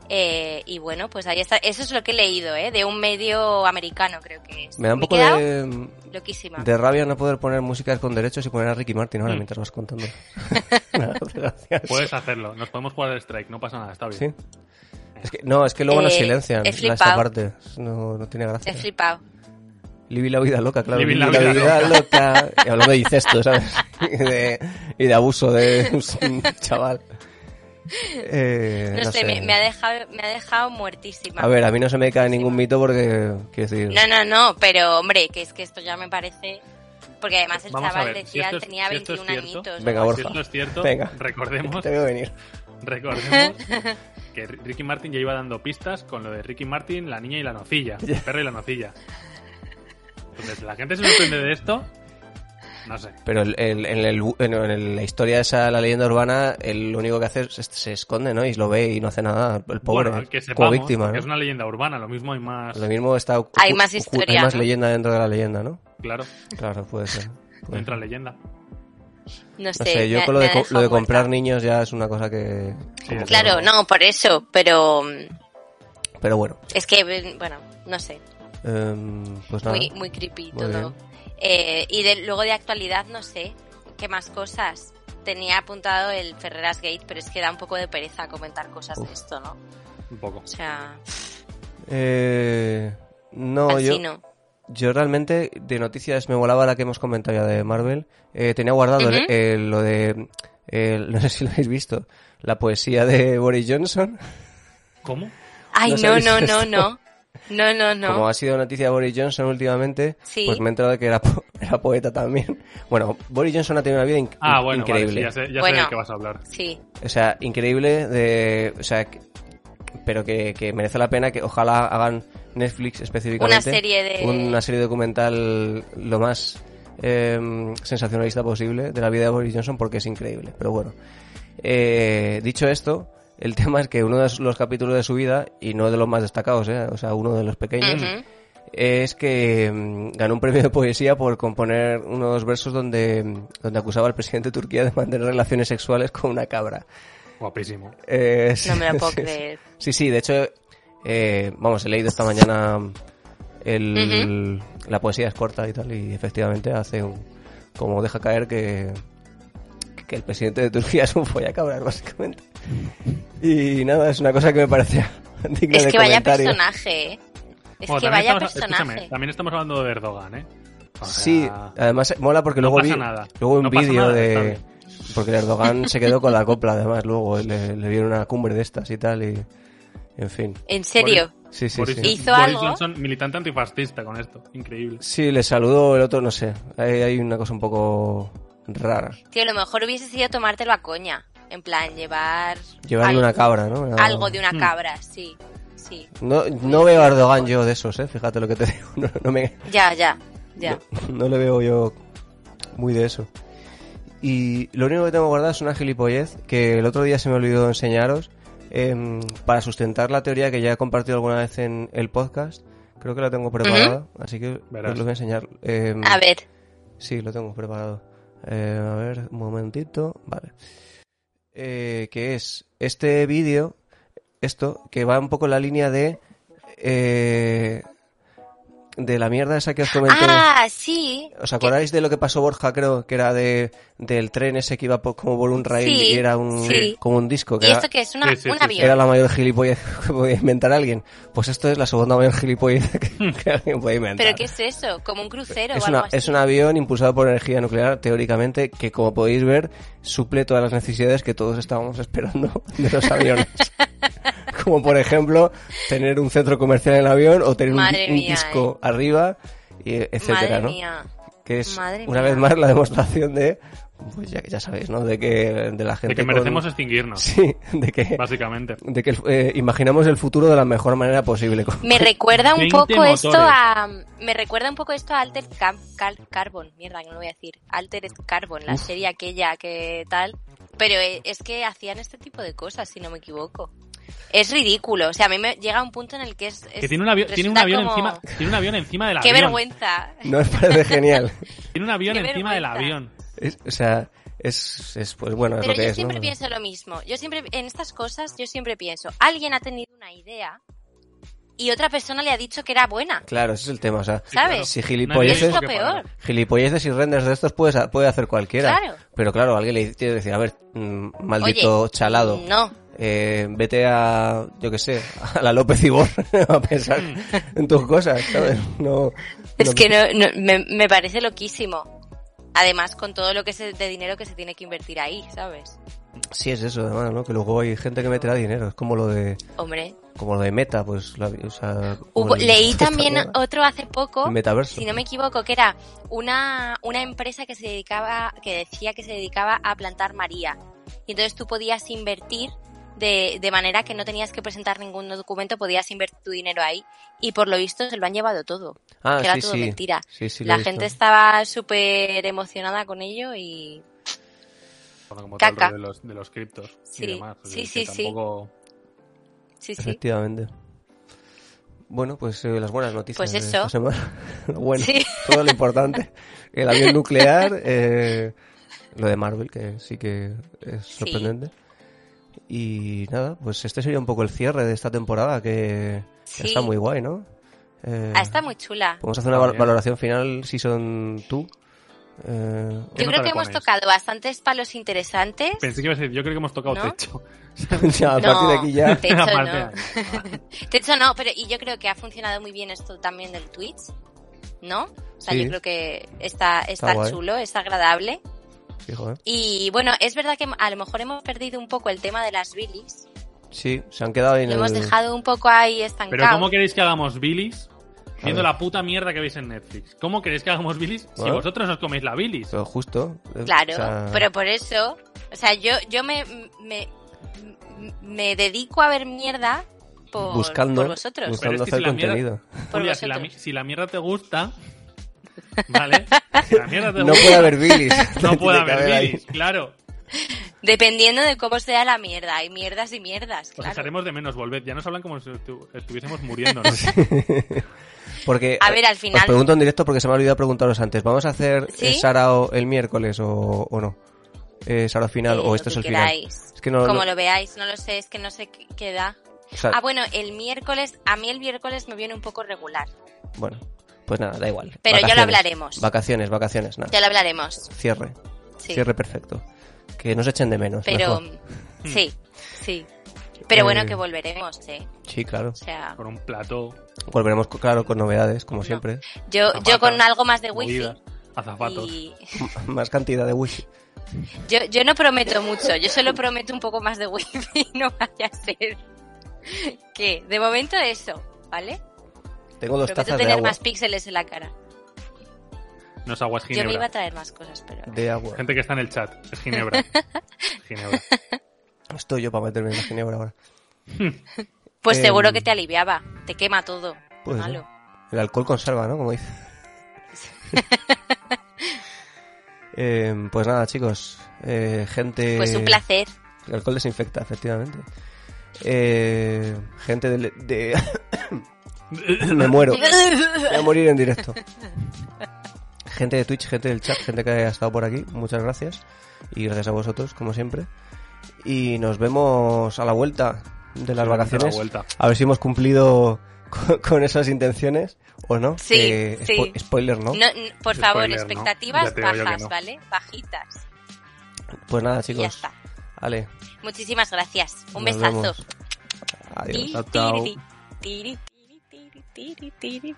eh, y bueno, pues ahí está. Eso es lo que he leído, ¿eh? De un medio americano, creo que es. Me da un he poco quedado de, em, Loquísima. de rabia no poder poner músicas con derechos y poner a Ricky Martin ahora Mm. mientras vas contando. Gracias. Puedes hacerlo. Nos podemos jugar al strike, no pasa nada, está bien. Sí. Es que, no, es que luego nos Eh, silencian he la- esa flipado. parte. No, no tiene gracia. He flipado. Living la vida loca, claro. Living la vida loca. Y hablando de incesto, ¿sabes? y, de, y de abuso de un chaval. Eh, No, no sé, sé. Me, me ha dejado, me ha dejado muertísima. A ver, a mí no se me cae ningún mito porque, quiero decir, No, no, no, pero hombre, que es que esto ya me parece. Porque además el Vamos a chaval ver, si decía esto es- tenía si esto es 21 cierto, añitos. Venga, Si Borja. esto es cierto, Venga. recordemos, te veo venir. recordemos que Ricky Martin ya iba dando pistas con lo de Ricky Martin, la niña y la nocilla. El perro y la nocilla. Entonces, la gente se sorprende de esto. No sé. Pero el- el- en, el- en el- la historia esa, la leyenda urbana, el lo único que hace es se esconde, ¿no? Y lo ve y no hace nada. El pobre, bueno, que como sepamos, víctima, porque ¿no? es una leyenda urbana, lo mismo hay más. Lo mismo está... ocu- Hay más ocu- historia, Hay más ¿no? leyenda dentro de la leyenda, ¿no? Claro, Claro, puede ser. no Puede entra ser. leyenda. No sé, No sé, yo me ha- con lo me de, ha co- lo dejado de comprar muerta. niños ya es una cosa que... Sí, como que- Claro, no, por eso, pero mm, Pero bueno, es que, bueno, no sé, em, pues nada. muy, muy creepy Muy todo. bien. Eh, y de- luego de actualidad, no sé, qué más cosas. Tenía apuntado el Ferreras Gate, pero es que da un poco de pereza comentar cosas Uf. de esto, ¿no? Un poco. O sea, Eh, no, así yo, no. yo realmente de noticias me volaba la que hemos comentado ya de Marvel. Eh, tenía guardado el- Ujú. el- lo de... el- no sé si lo habéis visto. La poesía de Boris Johnson. ¿Cómo? Ay, ¿No no, sabéis no, esto? no, no. No, no, no. Como ha sido noticia de Boris Johnson últimamente, Sí. pues me he enterado de que era, po- era poeta también. Bueno, Boris Johnson ha tenido una vida inc- Ah, bueno, vale, increíble. sí, ya sé, ya sé Bueno. de qué vas a hablar. Sí. O sea, increíble de... O sea, que- pero que, que merece la pena que ojalá hagan Netflix específicamente. Una serie de- Una serie documental lo más eh, sensacionalista posible de la vida de Boris Johnson porque es increíble. Pero bueno. Eh, dicho esto, el tema es que uno de los capítulos de su vida, y no de los más destacados, eh, o sea, uno de los pequeños, Ujú. es que mm, ganó un premio de poesía por componer unos versos donde, mm, donde acusaba al presidente de Turquía de mantener relaciones sexuales con una cabra. Guapísimo. Eh, sí, No me lo puedo sí, sí. creer. Sí, sí, de hecho Eh, vamos, he leído esta mañana el, la poesía es corta y tal, y efectivamente hace un. como deja caer que. que el presidente de Turquía es un follacabras, básicamente. Y nada, es una cosa que me parece digna Es de que vaya comentario. personaje, ¿eh? Es Bueno, que también vaya estamos- personaje. escúchame, también estamos hablando de Erdogan, ¿eh? O sea, Sí, eh, además mola porque no luego vi, pasa nada. luego un No pasa vídeo nada, está de... bien. Porque el Erdogan se quedó con la copla, además, luego le, le dieron una cumbre de estas y tal, y... En fin. En serio. Sí, sí, Boris, sí. Hizo Boris algo. Johnson, militante antifascista con esto. Increíble. Sí, le saludó el otro, no sé. Hay, hay una cosa un poco rara. Tío, lo mejor hubiese sido tomártelo a coña. En plan, llevar. Llevarle algo, una cabra, ¿no? Una- Algo de una Hmm. cabra, sí. Sí. No, no veo a Erdogan yo de esos, ¿eh? Fíjate lo que te digo. No, no me, Ya, ya, ya. no le veo yo muy de eso. Y lo único que tengo guardado es una gilipollez que el otro día se me olvidó enseñaros em, para sustentar la teoría que ya he compartido alguna vez en el podcast. Creo que la tengo preparada, así que Verás. os lo voy a enseñar. Em, A ver. Sí, lo tengo preparado. Eh, a ver, un momentito. Vale. Eh, que es este vídeo, esto, que va un poco en la línea de. eh, de la mierda esa que os comenté. Ah, sí. ¿Os acordáis de lo que pasó Borja, creo? Que era de, del tren ese que iba por- como por un rail y Sí, era un, sí. como un disco. Que ¿Y era, esto que es? Una, Sí, sí, un sí, sí. avión. era la mayor gilipollez que podía inventar alguien. Pues esto es la segunda mayor gilipollez que, que alguien puede inventar. ¿Pero qué es eso? ¿Como un crucero o Es, algo una- así? es un avión impulsado por energía nuclear, teóricamente, que como podéis ver, suple todas las necesidades que todos estábamos esperando de los aviones. como por ejemplo, tener un centro comercial en el avión o tener un, Madre un mía, eh. disco arriba, y e, etcétera, Madre ¿no? mía. Que es madre una mía. vez más la demostración de, pues ya, ya sabéis, ¿no? De que de la gente De que con- merecemos extinguirnos, sí, de que, básicamente. de que eh, imaginamos el futuro de la mejor manera posible. con- Me recuerda un 20 poco esto motores. a. Me recuerda un poco esto a Altered Cam- Cal- Carbon. Mierda, que no lo voy a decir. Altered Carbon, la serie aquella que tal. Pero eh, es que hacían este tipo de cosas, si no me equivoco. Es ridículo. O sea, a mí me llega un punto en el que es. es- Que tiene un avión, tiene un resulta avión como- encima, tiene un avión encima del ¡Qué avión. vergüenza! ¿No os parece genial? Tiene un avión Qué encima del vergüenza. avión. Es- o sea, es, es, pues bueno, es Pero lo que yo es, siempre ¿no? pienso lo mismo. Yo siempre, en estas cosas, yo siempre pienso, alguien ha tenido una idea y otra persona le ha dicho que era buena. Claro, ese es el tema, o sea, ¿Sabes? si Nadie es dijo gilipolleces, lo que peor. parara. gilipolleces y renders de estos puedes, puede hacer cualquiera. Claro. Pero claro, alguien le tiene que decir, a ver, mm, maldito Oye, chalado, No. eh, vete a, yo qué sé, a la López Ibor a pensar en tus cosas, ¿sabes? No, Es que no, no- me, me parece loquísimo. Además, con todo lo que se, de dinero que se tiene que invertir ahí, ¿sabes? Sí, es eso, además, ¿no? Que luego hay gente que meterá dinero, es como lo de, Hombre. como lo de Meta, pues, la, o sea... como Hubo- el- leí esta también mierda. otro hace poco, El metaverso. si no me equivoco, que era una, una empresa que se dedicaba, que decía que se dedicaba a plantar María. Y entonces tú podías invertir de, de manera que no tenías que presentar ningún documento, podías invertir tu dinero ahí. Y por lo visto se lo han llevado todo. Ah, que era sí, todo sí. mentira. Sí, sí, lo he La visto. gente estaba súper emocionada con ello y Bueno, como Caca. todo el rollo de los, de los criptos Sí, y demás. O sea, sí, que sí, Pues sí. tampoco- sí, sí. Efectivamente. Bueno, pues eh, las buenas noticias Pues de eso. esta semana. Lo bueno, Sí. todo lo importante. El avión nuclear, eh, lo de Marvel, que sí que es sorprendente. Y nada, pues este sería un poco el cierre de esta temporada, que Sí. está muy guay, ¿no? Eh, Ah, está muy chula. Podemos hacer una Está val- bien. valoración final, si son tú. Eh, ¿Qué nota Yo creo le que hemos ponéis? tocado bastantes palos interesantes. Pensé que ibas a decir, yo creo que hemos tocado ¿No? techo. ya, a partir de aquí ya. Techo Aparte, no. Techo no, pero y yo creo que ha funcionado muy bien esto también del Twitch, ¿no? O sea, Sí. yo creo que está, está, Está guay. chulo, es agradable. Fijo, ¿eh? Y bueno, es verdad que a lo mejor hemos perdido un poco el tema de las bilis. Sí, se han quedado en Lo hemos el- dejado un poco ahí estancado. Pero ¿cómo queréis que hagamos bilis viendo ver. la puta mierda que veis en Netflix? ¿Cómo queréis que hagamos bilis si Bueno. vosotros os coméis la bilis? Pero justo. eh, Claro, o sea- pero por eso, o sea, yo, yo me, me, me dedico a ver mierda por, buscando, por vosotros. buscando Pero es que hacer si la mierda- contenido. Por Julia, si la, mi- vosotros. si la mierda te gusta, ¿vale? Si la mierda te No gusta, puede haber bilis. no puede Tiene que haber ahí. bilis, claro. Dependiendo de cómo sea la mierda, hay mierdas y mierdas, Os claro. echaremos de menos, volved. Ya nos hablan como si estu- estuviésemos muriéndonos. Porque, A ver, al os final- pregunto en directo porque se me ha olvidado preguntaros antes. ¿Vamos a hacer ¿Sí? eh, Sarao el miércoles o, o no? Eh, Sarao final Sí, o lo esto es que el queráis. final. Es que no, como no- lo veáis, no lo sé, es que no sé qué- qué da. O sea, Ah, bueno, el miércoles, a mí el miércoles me viene un poco regular. bueno, pues nada, da igual. Pero ya lo Vacaciones. hablaremos. Vacaciones, vacaciones, nada. Ya lo hablaremos. Cierre, Sí. cierre perfecto. Que nos echen de menos. Pero mm, mejor. sí, sí. Pero bueno, Eh, que volveremos, ¿eh? Sí, claro. O sea, Por un plató. Volveremos, co- claro, con novedades, como No. siempre. yo, Zapata, yo con algo más de wifi. Movidas, azafatos. Y Más cantidad de wifi. yo, yo no prometo mucho, yo solo prometo un poco más de wifi, no vaya a ser. Que de momento eso, ¿vale? Tengo dos prometo tazas de tener agua. más píxeles en la cara. No es aguas Yo me iba Ginebra. a traer más cosas, pero. De agua. Gente que está en el chat. Es Ginebra. Ginebra. Estoy yo para meterme en la ginebra ahora. Pues Eh, seguro que te aliviaba, te quema todo. Puede ser. Malo. El alcohol conserva, ¿no? Como dice. Eh, pues nada, chicos. Eh, gente. Pues un placer. El alcohol desinfecta, efectivamente. Eh, gente de, de- Me muero. Voy a morir en directo. Gente de Twitch, gente del chat, gente que ha estado por aquí, muchas gracias. Y gracias a vosotros, como siempre. Y nos vemos a la vuelta de las Nos vemos a la vacaciones. vuelta. A ver si hemos cumplido con, con esas intenciones o no. Sí, Que sí. spo- Spoiler, ¿no? No, n- por favor, Spoiler, ¿no? Ya expectativas te digo yo que bajas, no. ¿vale? Bajitas. Pues nada, Y ya chicos. está. Ale. Muchísimas gracias. Un nos besazo. vemos. Adiós. Tiri, Chao, chao. tiri, tiri, tiri, tiri, tiri, tiri.